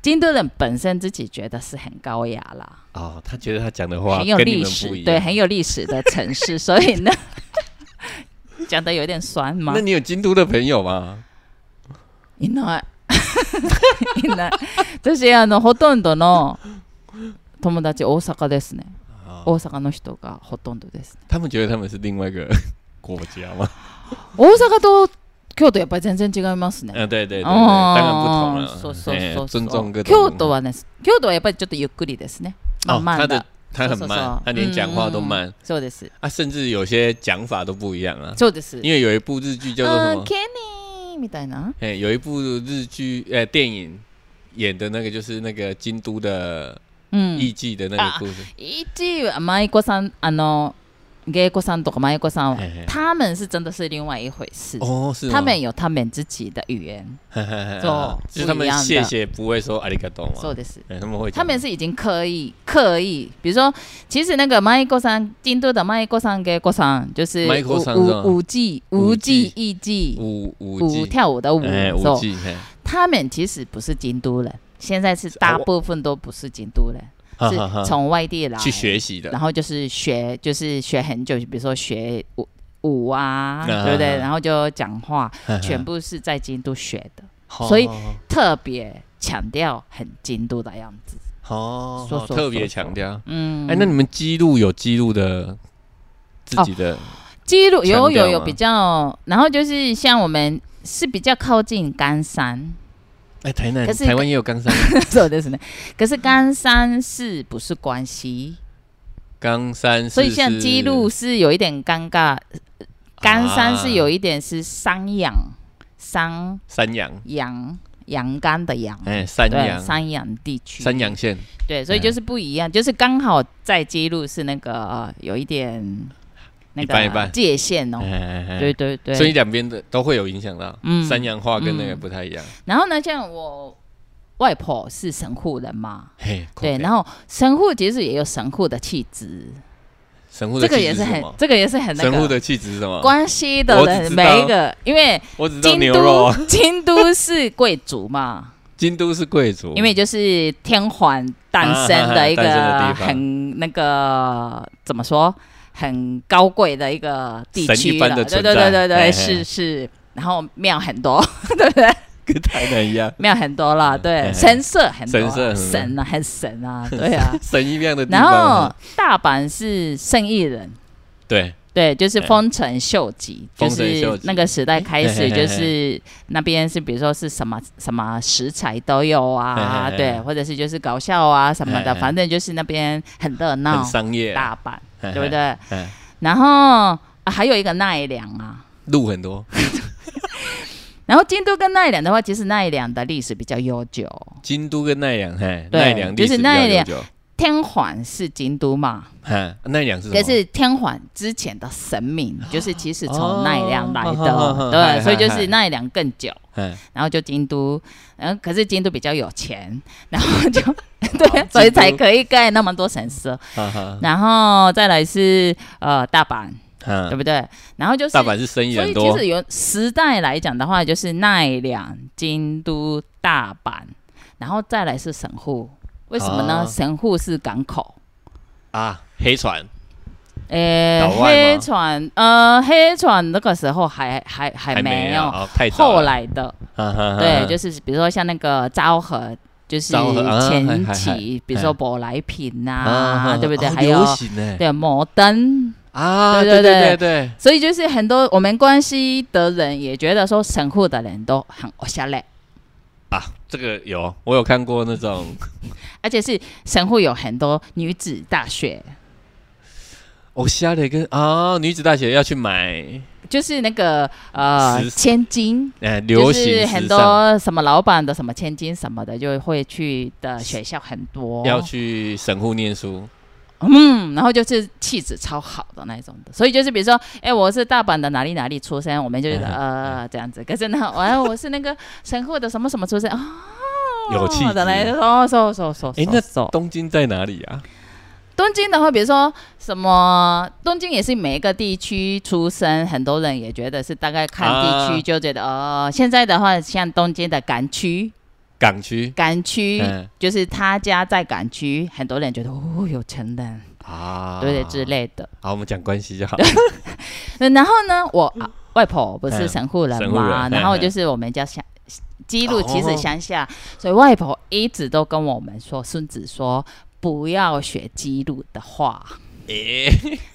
Speaker 2: 京都人本身自己觉得是很高雅啦。
Speaker 1: [LAUGHS] 哦，他觉得他讲的话
Speaker 2: 很有
Speaker 1: 跟你
Speaker 2: 历
Speaker 1: 们不
Speaker 2: 史，
Speaker 1: 一
Speaker 2: 对，
Speaker 1: 样。
Speaker 2: 很有历史的城市，所以呢， [LAUGHS] 讲的有点酸吗
Speaker 1: 那？你有京都的朋友吗？
Speaker 2: い [LAUGHS] ないいない。私あのほとんどの友達大阪ですね。大阪の人がほとんどですね。
Speaker 1: 他们觉得他们是另外一个国家
Speaker 2: [LAUGHS]
Speaker 1: 吗？
Speaker 2: 大阪と京都やっぱり全然違いますね。
Speaker 1: 嗯，对对对对，
Speaker 2: うん
Speaker 1: 当然不同了。
Speaker 2: そうそう
Speaker 1: 哎
Speaker 2: そうそう
Speaker 1: 尊重各种
Speaker 2: 京
Speaker 1: 文化。
Speaker 2: 都はね、京都はやっぱりちょっとゆっくりですね。
Speaker 1: 哦，
Speaker 2: 慢
Speaker 1: 他的
Speaker 2: 慢的。
Speaker 1: 他很
Speaker 2: そうそう
Speaker 1: 慢
Speaker 2: そう，
Speaker 1: 他连讲话
Speaker 2: 嗯
Speaker 1: 都慢
Speaker 2: そうです。
Speaker 1: 啊，甚至有些讲法都不一样啊。
Speaker 2: そうです。
Speaker 1: 因为有一部日剧叫做什
Speaker 2: あ
Speaker 1: 么
Speaker 2: ー？ケニーみたいな。
Speaker 1: 哎、有一部日剧，哎、电影演的那个就是那个京都的
Speaker 2: うん。
Speaker 1: 艺妓的那
Speaker 2: 嗯
Speaker 1: 个故事。
Speaker 2: 啊一は舞妓さんあの芸妓さんとか舞妓さんは
Speaker 1: 嘿嘿
Speaker 2: 他们是真的是另外一回事，
Speaker 1: 哦，是吗
Speaker 2: 他
Speaker 1: [LAUGHS]
Speaker 2: 们有他们自己的语言，
Speaker 1: 嘿嘿嘿
Speaker 2: 做
Speaker 1: 就是他
Speaker 2: 不
Speaker 1: 们
Speaker 2: 一样的
Speaker 1: 谢谢不会说阿里嘎多嘛
Speaker 2: そうです。
Speaker 1: 哎他们会讲
Speaker 2: 他们是已经刻意刻意，比如说，其实那个舞妓さん，京都的舞妓さん、芸妓さん，就是
Speaker 1: 舞妓
Speaker 2: 舞
Speaker 1: さん是吗
Speaker 2: 舞舞伎、
Speaker 1: 舞
Speaker 2: 舞伎
Speaker 1: 伎、
Speaker 2: 艺伎、
Speaker 1: 舞舞
Speaker 2: 舞
Speaker 1: 伎，
Speaker 2: 跳舞的舞，
Speaker 1: 哎舞
Speaker 2: そう
Speaker 1: 伎，嘿
Speaker 2: 他们其实不是京都人，现在是大
Speaker 1: 我
Speaker 2: 部分都不是京都人，
Speaker 1: 哈哈哈
Speaker 2: 是从外地来
Speaker 1: 去学习的
Speaker 2: 然后就是学，就是学很久，比如说学舞舞啊，
Speaker 1: 啊
Speaker 2: 对不对？然后就讲话，
Speaker 1: 嘿嘿
Speaker 2: 全部是在京都学的，
Speaker 1: [LAUGHS] 好
Speaker 2: 所以
Speaker 1: 好
Speaker 2: 特别强调很京都的样子。
Speaker 1: 好
Speaker 2: 说
Speaker 1: 好
Speaker 2: 说
Speaker 1: 特别
Speaker 2: 说
Speaker 1: 强调。
Speaker 2: 嗯，
Speaker 1: 哎、那你们记录有记录的自己的，
Speaker 2: 啊记录有
Speaker 1: 强调啊
Speaker 2: 有有
Speaker 1: 吗
Speaker 2: 比较，然后就是像我们是比较靠近冈山， [LAUGHS]
Speaker 1: 哎、台南
Speaker 2: 可是
Speaker 1: 台湾也有冈山
Speaker 2: そうですね。可是冈山市不是关西，
Speaker 1: 冈山市是，啊
Speaker 2: 所以像记录是有一点尴尬。冈山是有
Speaker 1: 啊
Speaker 2: 一点是山羊，山
Speaker 1: 山羊，
Speaker 2: 羊羊肝的羊。
Speaker 1: 哎、山
Speaker 2: 对，
Speaker 1: 羊
Speaker 2: 山阳地区，
Speaker 1: 山阳县。
Speaker 2: 对，所以就是不一样，就是刚好在记录是那个、呃有一点那
Speaker 1: 一半一
Speaker 2: 个
Speaker 1: 半
Speaker 2: 界限哦，
Speaker 1: 哎哎哎
Speaker 2: 对对
Speaker 1: 所以
Speaker 2: 对。
Speaker 1: 两边的都会有影响到。
Speaker 2: 嗯
Speaker 1: 山羊话跟那个不太一样。
Speaker 2: 然后呢，像我外婆是神户人嘛，
Speaker 1: 嘿，
Speaker 2: 对，然后神户其实也有神户的气质，
Speaker 1: 神户的
Speaker 2: 这个
Speaker 1: 气
Speaker 2: 也
Speaker 1: 质
Speaker 2: 是
Speaker 1: 是什
Speaker 2: 很
Speaker 1: 么，？
Speaker 2: 这个也是很那
Speaker 1: 神户
Speaker 2: 个。
Speaker 1: 的气质是什么？
Speaker 2: 关西的
Speaker 1: 我只
Speaker 2: 人
Speaker 1: 知道
Speaker 2: 每一个，因为
Speaker 1: 我只知道
Speaker 2: 京
Speaker 1: 牛
Speaker 2: 都
Speaker 1: 肉，
Speaker 2: 京都是贵族嘛，
Speaker 1: 京都是贵族，
Speaker 2: 因为就是天皇诞生的一
Speaker 1: 哦啊啊
Speaker 2: 个
Speaker 1: 啊诞生的地方
Speaker 2: 很那个怎么说，很高贵的一个地
Speaker 1: 神
Speaker 2: 区
Speaker 1: 一
Speaker 2: 了。
Speaker 1: 般的
Speaker 2: 对
Speaker 1: 存
Speaker 2: 对
Speaker 1: 在
Speaker 2: 对对
Speaker 1: 嘿
Speaker 2: 对，
Speaker 1: 嘿
Speaker 2: 是是。然后庙很多，对不对？
Speaker 1: 跟台南一样，
Speaker 2: 庙很多啦，
Speaker 1: 嘿
Speaker 2: 对，
Speaker 1: 嗯嘿
Speaker 2: 神社很
Speaker 1: 神
Speaker 2: 多
Speaker 1: 社很多
Speaker 2: 啊，神啊，很神
Speaker 1: [LAUGHS]
Speaker 2: 啊，对啊。
Speaker 1: 神一样的地
Speaker 2: 然后
Speaker 1: 方。
Speaker 2: 大阪是圣意人，
Speaker 1: 对，
Speaker 2: 对，就是
Speaker 1: 嘿
Speaker 2: 丰臣秀吉，就
Speaker 1: 丰臣秀
Speaker 2: 是
Speaker 1: 吉
Speaker 2: 那个时代开
Speaker 1: 嘿嘿
Speaker 2: 始，
Speaker 1: 嘿嘿
Speaker 2: 就是那边是比如说是什么什么食材都有啊
Speaker 1: 嘿，嘿嘿
Speaker 2: 对，或者是就是搞笑啊什么
Speaker 1: 嘿
Speaker 2: 的，
Speaker 1: 嘿
Speaker 2: 反正就是那边很热
Speaker 1: 很
Speaker 2: 闹，
Speaker 1: 商业，啊
Speaker 2: 大阪
Speaker 1: 嘿嘿
Speaker 2: 对不？对？
Speaker 1: 哎，
Speaker 2: 然后啊还有一个奈良啊，
Speaker 1: 路很多，
Speaker 2: 然后京都跟奈良的话，其实奈良的历史比较悠久，
Speaker 1: 京都跟奈良，嘿，
Speaker 2: 对
Speaker 1: 奈良历史
Speaker 2: 就是
Speaker 1: 比较
Speaker 2: 奈
Speaker 1: 悠
Speaker 2: 良
Speaker 1: 久。
Speaker 2: 天皇是京都嘛，
Speaker 1: 嘿，奈良是什
Speaker 2: 可
Speaker 1: 么？
Speaker 2: 是天皇之前的神明就是其实
Speaker 1: 哦
Speaker 2: 从奈良来
Speaker 1: 哈哈哈
Speaker 2: 的，
Speaker 1: 啊嗨
Speaker 2: 对，所以就
Speaker 1: 嗨嗨
Speaker 2: 是奈良更久。
Speaker 1: 嘿，
Speaker 2: 然后就京都，然后可是京都比较有钱， [LAUGHS] 然
Speaker 1: [LAUGHS]
Speaker 2: 后
Speaker 1: 哦
Speaker 2: 就对，所以才可以盖那么多神社。
Speaker 1: 哈哈，
Speaker 2: 然后再来是呃大阪，对
Speaker 1: 嗯，
Speaker 2: 不对？然后就是
Speaker 1: 大阪是生意
Speaker 2: 所
Speaker 1: 很
Speaker 2: 以其
Speaker 1: 多，
Speaker 2: 实有时代来讲的话，就是奈良、京都、大阪，然后再来是神户。为什么呢？
Speaker 1: 啊
Speaker 2: 神户是港口，
Speaker 1: 啊，黑船，
Speaker 2: 呃，
Speaker 1: 岛外吗
Speaker 2: 黑船，呃，黑船那个时候还还还没
Speaker 1: 有，
Speaker 2: 有，
Speaker 1: 哦太早
Speaker 2: 后
Speaker 1: 了，
Speaker 2: 来的，
Speaker 1: 哈哈哈
Speaker 2: 对，就是比如说像那个昭和，就是
Speaker 1: 昭和啊嗨嗨
Speaker 2: 前
Speaker 1: 嗨
Speaker 2: 期，比如说舶来品呐、
Speaker 1: 啊，
Speaker 2: 对不对？
Speaker 1: 好
Speaker 2: 还有
Speaker 1: 流行呢，
Speaker 2: 对摩登，
Speaker 1: 啊，
Speaker 2: 对
Speaker 1: 对
Speaker 2: 对
Speaker 1: 对
Speaker 2: 对
Speaker 1: 对，
Speaker 2: 所以就是很多我们关西的人也觉得说神户的人都很欧下嘞，
Speaker 1: 啊，这个有，我有看过那种 [LAUGHS]
Speaker 2: 而且是神户有很多女子大学，
Speaker 1: 我瞎了跟啊，女子大学要去买，
Speaker 2: 就是那个呃
Speaker 1: 时
Speaker 2: 千金。
Speaker 1: 呃，流
Speaker 2: 就
Speaker 1: 行
Speaker 2: 是
Speaker 1: 时尚
Speaker 2: 很多什么老板的什么千金什么的，就会去的学校很多，
Speaker 1: 要去神户念书，
Speaker 2: 嗯，然后就是气质超好的那一种的，所以就是比如说，哎、我是大阪的哪里哪里出身，
Speaker 1: [LAUGHS]
Speaker 2: 我们就觉得呃这样子。可是呢，我、我是那个神户的什么什么出身啊，
Speaker 1: 有气质
Speaker 2: 的那
Speaker 1: [LAUGHS]
Speaker 2: 一种，哦，嗖嗖嗖
Speaker 1: 哎那
Speaker 2: 嗖嗖。
Speaker 1: 东京在哪里啊？
Speaker 2: 东京的话，比如说什么，东京也是每一个地区出身，很多人也觉得是大概看地
Speaker 1: 啊
Speaker 2: 区就觉得、哦，现在的话，像东京的港区，
Speaker 1: 港区
Speaker 2: 港区、
Speaker 1: 嗯
Speaker 2: 就是他家在港区，很多人觉得哦有钱人，
Speaker 1: 啊，
Speaker 2: 对对之。类的。
Speaker 1: 好，我们讲关系就好。
Speaker 2: 那然后呢，我、啊外婆不是
Speaker 1: 嗯
Speaker 2: 神户人
Speaker 1: 神户
Speaker 2: 嘛，
Speaker 1: 人
Speaker 2: 然后
Speaker 1: 嗯嗯
Speaker 2: 就是我们家乡。记录其
Speaker 1: 哦
Speaker 2: 实乡下，所以外婆一直都跟我们说，孙子说不要学记录的话。
Speaker 1: [LAUGHS] 诶，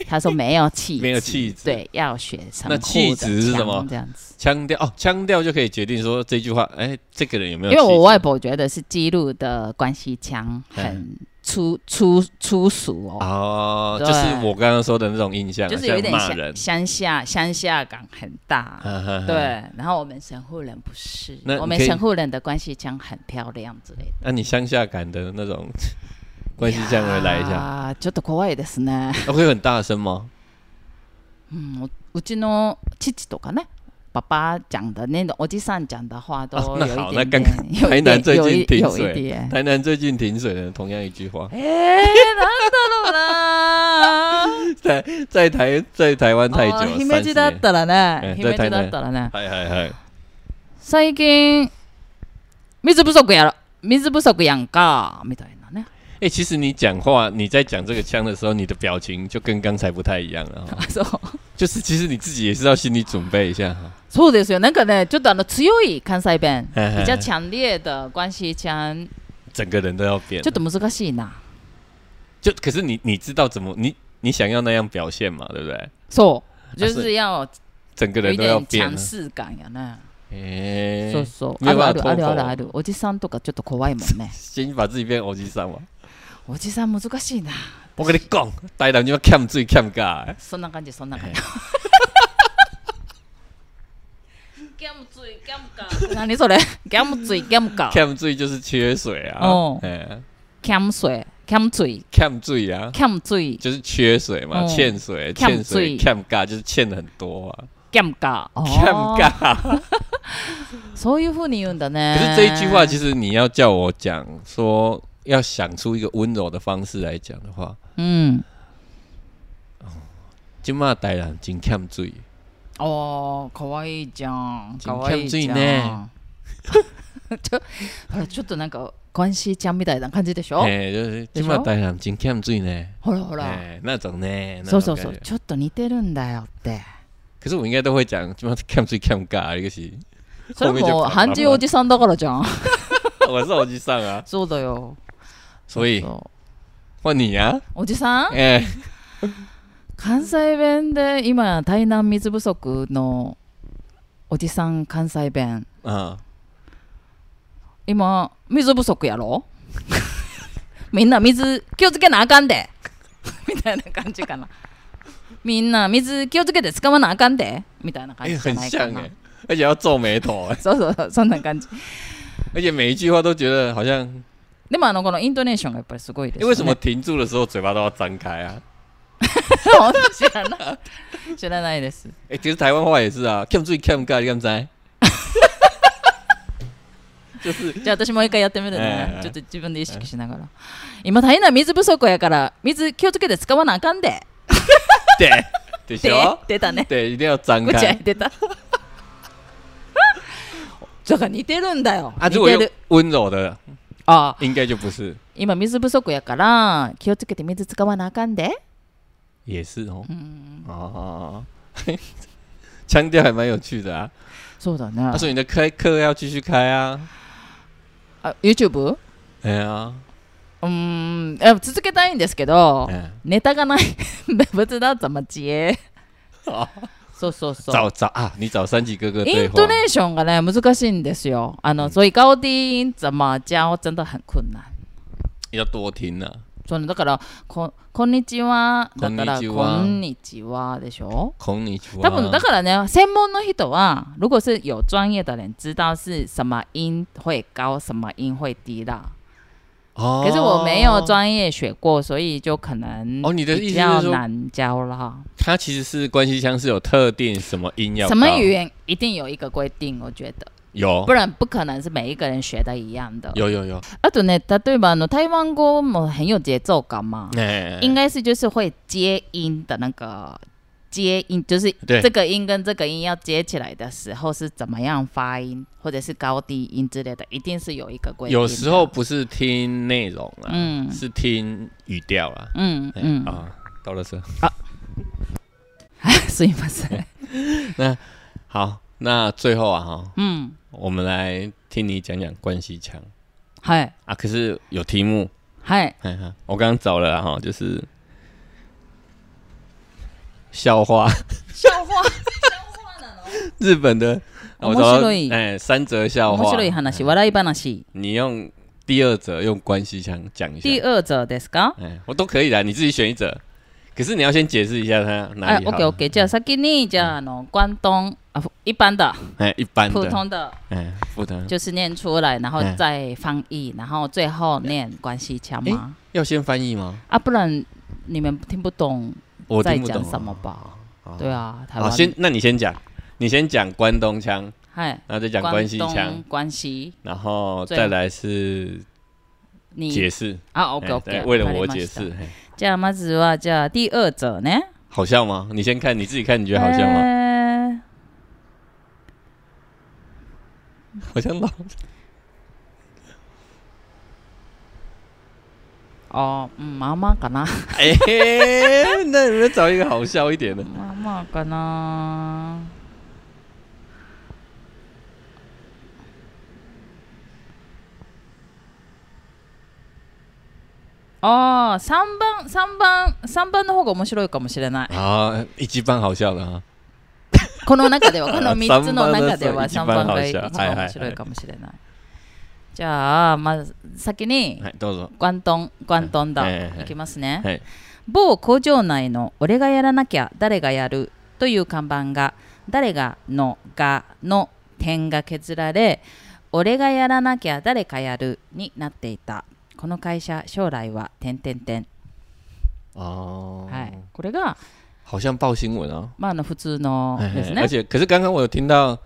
Speaker 2: 他说没有气质，
Speaker 1: [LAUGHS] 没有气质
Speaker 2: 对，要学神户
Speaker 1: 那
Speaker 2: 的
Speaker 1: 气质是什么
Speaker 2: 腔这样子，
Speaker 1: 腔调哦，腔调就可以决定说这句话，哎，这个人有没有
Speaker 2: 因
Speaker 1: 气
Speaker 2: 为
Speaker 1: 质？
Speaker 2: 我外婆觉得是记录的关系腔很粗粗粗俗哦，
Speaker 1: 哦，就
Speaker 2: 对
Speaker 1: 是我刚刚说的那种印象，
Speaker 2: 就是有一
Speaker 1: 像
Speaker 2: 点
Speaker 1: 骂人
Speaker 2: 乡。乡下乡下感很大。
Speaker 1: 哈哈哈
Speaker 2: 对，，然后我们神户人不是
Speaker 1: 那，
Speaker 2: 我
Speaker 1: 你
Speaker 2: 们
Speaker 1: 可以
Speaker 2: 神户人的关系腔很漂亮之类的。
Speaker 1: 那你乡下感的那
Speaker 2: [LAUGHS]
Speaker 1: 种关系腔会来一下，
Speaker 2: あーちょっと怖いですね。
Speaker 1: 哦会很大声吗？
Speaker 2: 嗯，我うちの父とかね、爸爸讲的那种おじさん讲的话都
Speaker 1: 哦那
Speaker 2: 有一点点，
Speaker 1: 好那刚刚
Speaker 2: 有
Speaker 1: 台
Speaker 2: 一
Speaker 1: 南
Speaker 2: 点
Speaker 1: 最
Speaker 2: 有
Speaker 1: 近
Speaker 2: 一
Speaker 1: 停
Speaker 2: 有
Speaker 1: 水
Speaker 2: 一点。哎
Speaker 1: 台南最近停水了，同样一句话， [LAUGHS]
Speaker 2: えー、なんだろうな
Speaker 1: 在在台在台湾 [LAUGHS] 太久
Speaker 2: あ
Speaker 1: 了，
Speaker 2: ー
Speaker 1: 三
Speaker 2: 哦姫
Speaker 1: 十
Speaker 2: 路だっ
Speaker 1: 年。嗯
Speaker 2: たらね、
Speaker 1: え
Speaker 2: 姫
Speaker 1: 絶対
Speaker 2: 路
Speaker 1: ね
Speaker 2: だったらね。
Speaker 1: はいはいはい。
Speaker 2: 最近、水不足やろ。水不足やんか。みたいなね。
Speaker 1: 哎、其实你讲话，你在讲这个腔的时候，你的表情就跟刚才不太一样了、
Speaker 2: [LAUGHS]
Speaker 1: 哦，
Speaker 2: あそう。
Speaker 1: 就是其实你自己也是要心理准备一下哈、
Speaker 2: そうですよ。なんかね、ちょっとあの強い関西弁、
Speaker 1: はいはいはい
Speaker 2: 比较強烈的关系腔、
Speaker 1: 整个人都要变
Speaker 2: ちょ。っと難しいな。
Speaker 1: 就可是你你知道怎么你你想要那样表现嘛，对不对？
Speaker 2: そう。
Speaker 1: あ
Speaker 2: 就
Speaker 1: そう
Speaker 2: 是要
Speaker 1: 整个
Speaker 2: 有
Speaker 1: 人
Speaker 2: 一
Speaker 1: 都要变
Speaker 2: 点強
Speaker 1: 了。
Speaker 2: 勢感やね。
Speaker 1: 哎、
Speaker 2: そうそう。
Speaker 1: 没
Speaker 2: あ
Speaker 1: 有
Speaker 2: るあ
Speaker 1: 办法
Speaker 2: るある
Speaker 1: 脱口。
Speaker 2: あるある。おじさんとかちょっと怖いもんね
Speaker 1: 先把自己变欧吉桑嘛。
Speaker 2: おじさん難しいな。
Speaker 1: 我跟你讲，台南就要欠最欠尬的。
Speaker 2: そんな感じ、そんな感じ。 [LAUGHS] ギャムつい、ギャムか。何それギャムつい、ギャムか。
Speaker 1: 欠最就是缺水啊。
Speaker 2: 哦
Speaker 1: 哎
Speaker 2: キャム水、キャムつい、
Speaker 1: 欠最啊，
Speaker 2: キャムつい、
Speaker 1: 就是缺水嘛，
Speaker 2: 哦
Speaker 1: 欠水，
Speaker 2: 欠
Speaker 1: 欠水，
Speaker 2: 水
Speaker 1: 欠尬就是欠很多啊，
Speaker 2: ギャムか。
Speaker 1: 欠
Speaker 2: あー
Speaker 1: 尬。
Speaker 2: [LAUGHS] そういうふうに言うんだね。
Speaker 1: 可是这一句话，其实你要叫我讲说，要想出一个温柔的方式来讲的话，
Speaker 2: うん。
Speaker 1: 今嘛台南真欠水，
Speaker 2: おー、かわいいじゃん。
Speaker 1: キャ
Speaker 2: か
Speaker 1: ム
Speaker 2: わいい
Speaker 1: つい
Speaker 2: じゃ
Speaker 1: ね
Speaker 2: ん。 [LAUGHS] ちょほら、ちょっとなんか、关西ちゃんみたいな感じでしょ
Speaker 1: 哎、就是今嘛台南真欠水呢，
Speaker 2: ほらほ
Speaker 1: 哎、
Speaker 2: ら。
Speaker 1: 那种呢，那
Speaker 2: そ
Speaker 1: 种
Speaker 2: うそうそう。
Speaker 1: 感觉
Speaker 2: ちょっと似てるんだよって。
Speaker 1: 可是我应该都会讲，今嘛欠水欠尬一个是，
Speaker 2: それもう、半地おじさんだからじゃん。
Speaker 1: 我是我去上
Speaker 2: [LAUGHS]
Speaker 1: 啊，
Speaker 2: そうだよ。
Speaker 1: 所以
Speaker 2: そう
Speaker 1: 换你啊，
Speaker 2: おじさん
Speaker 1: 哎、
Speaker 2: 関西弁で今台南水不足のおじさん関西弁
Speaker 1: 啊、
Speaker 2: 今水不足やろ [LAUGHS] みんな水気をつけなあかんで [LAUGHS] みたいな感じかなみんな水気をつけて使わなあかんでみたいな感
Speaker 1: 哎、
Speaker 2: じじゃ
Speaker 1: 很
Speaker 2: ないか
Speaker 1: 像哎、
Speaker 2: な、
Speaker 1: 而且要皱眉头、哎，
Speaker 2: そうそうそうそんな感じ
Speaker 1: [LAUGHS] 而且每一句话都觉得好像，
Speaker 2: でもあのこのイントネーションがやっぱりすごいです
Speaker 1: 因
Speaker 2: よ
Speaker 1: 为
Speaker 2: ね
Speaker 1: 什么停住的时候嘴巴都要张开啊？
Speaker 2: 本当 [LAUGHS] 知らない知らないです
Speaker 1: 哎、其实台湾话也是啊，欠水欠尬，你敢知？ [LAUGHS] 就是
Speaker 2: じゃあ私もう一回やってみる
Speaker 1: え
Speaker 2: ね
Speaker 1: え。
Speaker 2: ちょっと自分で意識しながら。今大変な水不足やから、水気をつけて使わなあかんで。
Speaker 1: 对，对
Speaker 2: で
Speaker 1: 小，
Speaker 2: 出たね。
Speaker 1: 对，一定要张
Speaker 2: ごちゃい
Speaker 1: 开
Speaker 2: 出た。 [LAUGHS] だから似てるんだよ。
Speaker 1: 啊。
Speaker 2: 似
Speaker 1: 如果
Speaker 2: て
Speaker 1: 用
Speaker 2: る。
Speaker 1: 温柔的，
Speaker 2: ああ
Speaker 1: 应该就不是，
Speaker 2: 今水不足やから、気をつけて水使わなあかんで。
Speaker 1: 也是哦。
Speaker 2: うん、
Speaker 1: 哦， [LAUGHS] 腔调还蛮有趣的啊。
Speaker 2: そうだ
Speaker 1: 他
Speaker 2: ね。
Speaker 1: 说你的开课要继续开啊。
Speaker 2: あ YouTube?
Speaker 1: 哎呀，
Speaker 2: うーん、え続けたいんですけど、
Speaker 1: 嗯，
Speaker 2: ネタがない。 [LAUGHS] 別だったまちえ。
Speaker 1: 哦
Speaker 2: そうそうそう。
Speaker 1: 找找啊，你找三级哥哥
Speaker 2: イ
Speaker 1: 对
Speaker 2: ン
Speaker 1: 话
Speaker 2: ト。ネーションがね難しいんですよ。あの、所以高低音怎么教真的很困難。
Speaker 1: 要多听啊。
Speaker 2: そのだからここんにちはだから
Speaker 1: こんにちは
Speaker 2: こんにちはでしょ。
Speaker 1: 孔你主啊
Speaker 2: 多分だからね専門の人は如果是有专业的人知道是什么音会高什么音会低啦。
Speaker 1: 哦，
Speaker 2: 可是我没有专业学过，所以就可能
Speaker 1: 哦你的意
Speaker 2: 比
Speaker 1: 思
Speaker 2: 较
Speaker 1: 是说
Speaker 2: 难教啦。
Speaker 1: 它其实是关系腔是有特定什么音要
Speaker 2: 什么
Speaker 1: 到
Speaker 2: 语言一定有一个规定，我觉得，
Speaker 1: 有
Speaker 2: 不然不可能是每一个人学的一样的。
Speaker 1: 有有有，
Speaker 2: 啊，对呢，例えばあの台湾語も很有节奏感嘛，
Speaker 1: 哎，
Speaker 2: 应该是就是会接音的那个接音，就是
Speaker 1: 对
Speaker 2: 这个音跟这个音要接起来的时候是怎么样发音，或者是高低音之类的，一定是有一个规定的。
Speaker 1: 有时候不是听内容啦，
Speaker 2: 嗯
Speaker 1: 是听语调啦。
Speaker 2: 嗯
Speaker 1: 哎
Speaker 2: 嗯，
Speaker 1: 啊，到了是哎
Speaker 2: [LAUGHS] 所以不是，
Speaker 1: 好，那最后啊哈，
Speaker 2: 嗯，
Speaker 1: 我们来听你讲讲关系腔
Speaker 2: 嗨
Speaker 1: 啊，可是有题目，
Speaker 2: 嗨，
Speaker 1: 哎哈，我刚刚找了啊哈，就是笑话，
Speaker 2: 笑话，
Speaker 1: [LAUGHS]
Speaker 2: 哦
Speaker 1: 日本的，啊我
Speaker 2: 面
Speaker 1: 找到
Speaker 2: 白い
Speaker 1: 哎三则笑
Speaker 2: 面
Speaker 1: 话
Speaker 2: 白，い話、笑い話。
Speaker 1: 你用第二则用关系腔讲一下，
Speaker 2: 第二者ですか？
Speaker 1: 哎，我都可以的，你自己选一则，可是你要先解释一下它哪
Speaker 2: 哎
Speaker 1: 里好，
Speaker 2: ，OK OK，じゃあ先にじゃああの关东啊，一般的
Speaker 1: 哎，一般
Speaker 2: 普
Speaker 1: 的，
Speaker 2: 通的。
Speaker 1: 哎，普通，
Speaker 2: 就是念出来，然后
Speaker 1: 嗯
Speaker 2: 再翻译，然后最后念关系腔吗？
Speaker 1: 要先翻译吗？
Speaker 2: 啊，不然你们听不懂
Speaker 1: 我
Speaker 2: 在
Speaker 1: 听不懂
Speaker 2: 讲
Speaker 1: 啊
Speaker 2: 什么吧？
Speaker 1: 哦
Speaker 2: 对啊，台
Speaker 1: 好，
Speaker 2: 湾。
Speaker 1: 先，那你先讲，你先讲关东腔，
Speaker 2: 嗨，
Speaker 1: 然后再讲关西腔，，
Speaker 2: 关系
Speaker 1: 然后
Speaker 2: 最
Speaker 1: 再来是解
Speaker 2: 你
Speaker 1: 释。哎
Speaker 2: 啊，OK
Speaker 1: 对
Speaker 2: OK，
Speaker 1: 为了我解释，。嘿
Speaker 2: じゃあまずはじゃあ啊第二者ね。
Speaker 1: 好笑吗？你先看，你自己看，你觉
Speaker 2: 觉
Speaker 1: 得好笑吗？
Speaker 2: 吗？
Speaker 1: 好像老
Speaker 2: 哦，嗯，まあまあかな。
Speaker 1: [LAUGHS] 哎，那你们找一个好笑一点的。
Speaker 2: まあまあかな。ああ、哦三番、三番、三番の方が面白いかもしれない。
Speaker 1: 啊，一级棒好笑的啊！
Speaker 2: この中では、この三つの中では
Speaker 1: 三
Speaker 2: 三
Speaker 1: 番
Speaker 2: 番
Speaker 1: の
Speaker 2: が
Speaker 1: 人
Speaker 2: 一
Speaker 1: 一番
Speaker 2: 番面白いかもしれない。じゃあ、まず先に、
Speaker 1: 哎，豆总，
Speaker 2: 关東、关東だ。
Speaker 1: 哎
Speaker 2: い
Speaker 1: 哎
Speaker 2: きますね、
Speaker 1: はい
Speaker 2: 某工場内の俺がやらなきゃ誰がやるという看板が誰がのがの点が削られ俺がやらなきゃ誰かやるになっていたこの会社将来は点点点
Speaker 1: 哦，
Speaker 2: はいこれが
Speaker 1: 好像报新闻哦。
Speaker 2: まああの普通の
Speaker 1: 哎
Speaker 2: です
Speaker 1: 而
Speaker 2: ね
Speaker 1: 且，可是刚刚我有听到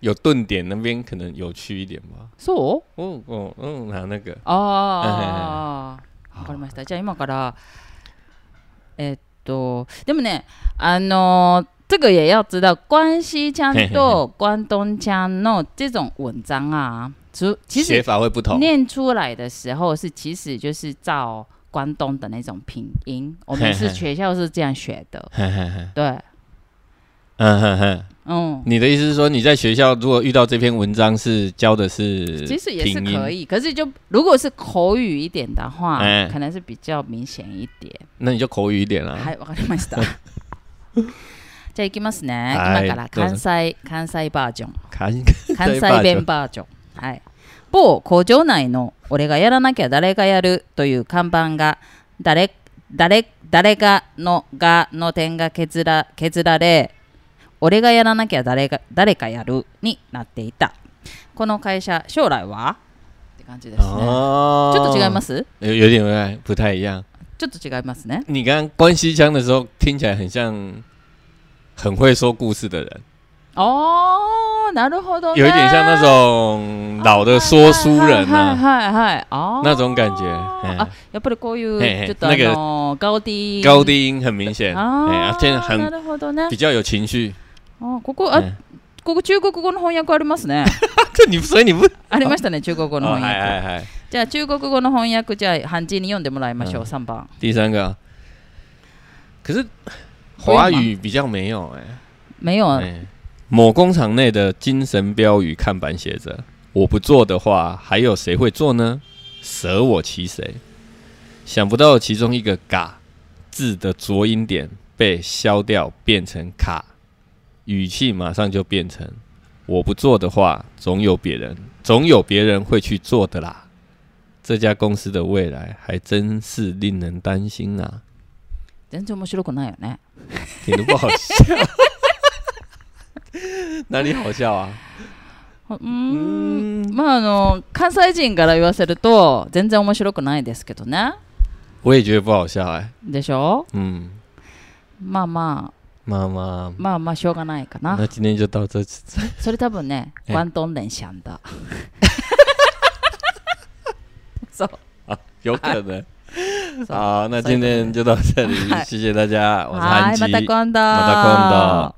Speaker 1: 有顿点那边可能有趣一点吧？
Speaker 2: そう
Speaker 1: 哦哦嗯，拿那个
Speaker 2: ああわかりましたじゃあ今からえっとでもねあのー这个也要知道，关西腔
Speaker 1: 嘿嘿
Speaker 2: と关东腔の这种文章啊，其其
Speaker 1: 写
Speaker 2: 实
Speaker 1: 法会不同。
Speaker 2: 念出来的时候是其实就是照关东的那种拼音，我们
Speaker 1: 嘿
Speaker 2: 是
Speaker 1: 嘿
Speaker 2: 学校是这样学的，
Speaker 1: 嘿嘿嘿
Speaker 2: 对，
Speaker 1: 嗯哼哼，
Speaker 2: 嗯，
Speaker 1: 你的意思是说，你在学校如果遇到这篇文章是教的是，
Speaker 2: 其实也是
Speaker 1: 拼音
Speaker 2: 可以，可是就如果是口语一点的话，
Speaker 1: 哎
Speaker 2: 可能是比较明显一点。
Speaker 1: 那你就口语一点啊啦。
Speaker 2: はい、わかり
Speaker 1: [LAUGHS]
Speaker 2: ました。じゃあ行きますね。
Speaker 1: はい
Speaker 2: 今から
Speaker 1: どうぞ
Speaker 2: 関西関西バージョン、
Speaker 1: 看一
Speaker 2: 関
Speaker 1: 関西バー
Speaker 2: 西
Speaker 1: ジョン
Speaker 2: 弁バージョン。はい。某工場内の俺がやらなきゃ誰がやるという看板が誰誰誰がのがの点が削ら削られ、俺がやらなきゃ誰が誰かやるになっていた。この会社将来はって感じですね。
Speaker 1: 哦，
Speaker 2: ちょっと違いますす？
Speaker 1: 有有点不太不太一样。
Speaker 2: ちょっと違いますね。
Speaker 1: 你刚刚关西腔的时候，听起来很像很会说故事的人，
Speaker 2: 哦，なるほど、ね。
Speaker 1: 有一点像那种老的说书人
Speaker 2: はい
Speaker 1: 啊，
Speaker 2: はいはいあー
Speaker 1: 那种感觉。
Speaker 2: あ
Speaker 1: 哎，
Speaker 2: やっぱりこういう
Speaker 1: ええ
Speaker 2: ちょっとあの高低
Speaker 1: 高低音很明显，哎，而
Speaker 2: あ
Speaker 1: 且
Speaker 2: あな
Speaker 1: 很
Speaker 2: るほどね
Speaker 1: 比较有情绪。
Speaker 2: あーここあ
Speaker 1: 哎
Speaker 2: ここ中国語の翻訳ありま
Speaker 1: [LAUGHS]
Speaker 2: すね
Speaker 1: 这你所以你不，
Speaker 2: ありましたね中国語の
Speaker 1: 哦
Speaker 2: 翻
Speaker 1: 嗨
Speaker 2: 訳
Speaker 1: 嗨嗨，
Speaker 2: じゃあ中国語の翻訳じゃあ漢字に読んでもらいましょ
Speaker 1: う
Speaker 2: う3番
Speaker 1: 第三个啊，可是华语比较没有哎。
Speaker 2: 没有
Speaker 1: 哎某工厂内的精神标语看板写着：“我不做的话，还有谁会做呢？舍我其谁。”想不到其中一个“嘎”字的浊音点被消掉，变成“卡”，语气马上就变成：“我不做的话，总有别人，总有别人会去做的啦。”这家公司的未来还真是令人担心啊！
Speaker 2: 全然面白くないよね
Speaker 1: 你都不好笑，哪里好笑啊？
Speaker 2: うん
Speaker 1: 嗯
Speaker 2: まああの関西人から言わせると全然面白くないですけどね
Speaker 1: 我也觉得不好笑哎、
Speaker 2: でしょ
Speaker 1: 嗯，
Speaker 2: まあまあ
Speaker 1: 妈妈，
Speaker 2: ま啊まあしょうがないかな
Speaker 1: 那今天就到这。
Speaker 2: それ多分ね
Speaker 1: え
Speaker 2: 关東連想だそう
Speaker 1: 有
Speaker 2: [LAUGHS]
Speaker 1: 可能。好，那今天就到这里
Speaker 2: 嗨，
Speaker 1: 谢谢大家，我是
Speaker 2: は
Speaker 1: 韩
Speaker 2: い
Speaker 1: 基
Speaker 2: ま。た今度
Speaker 1: また今度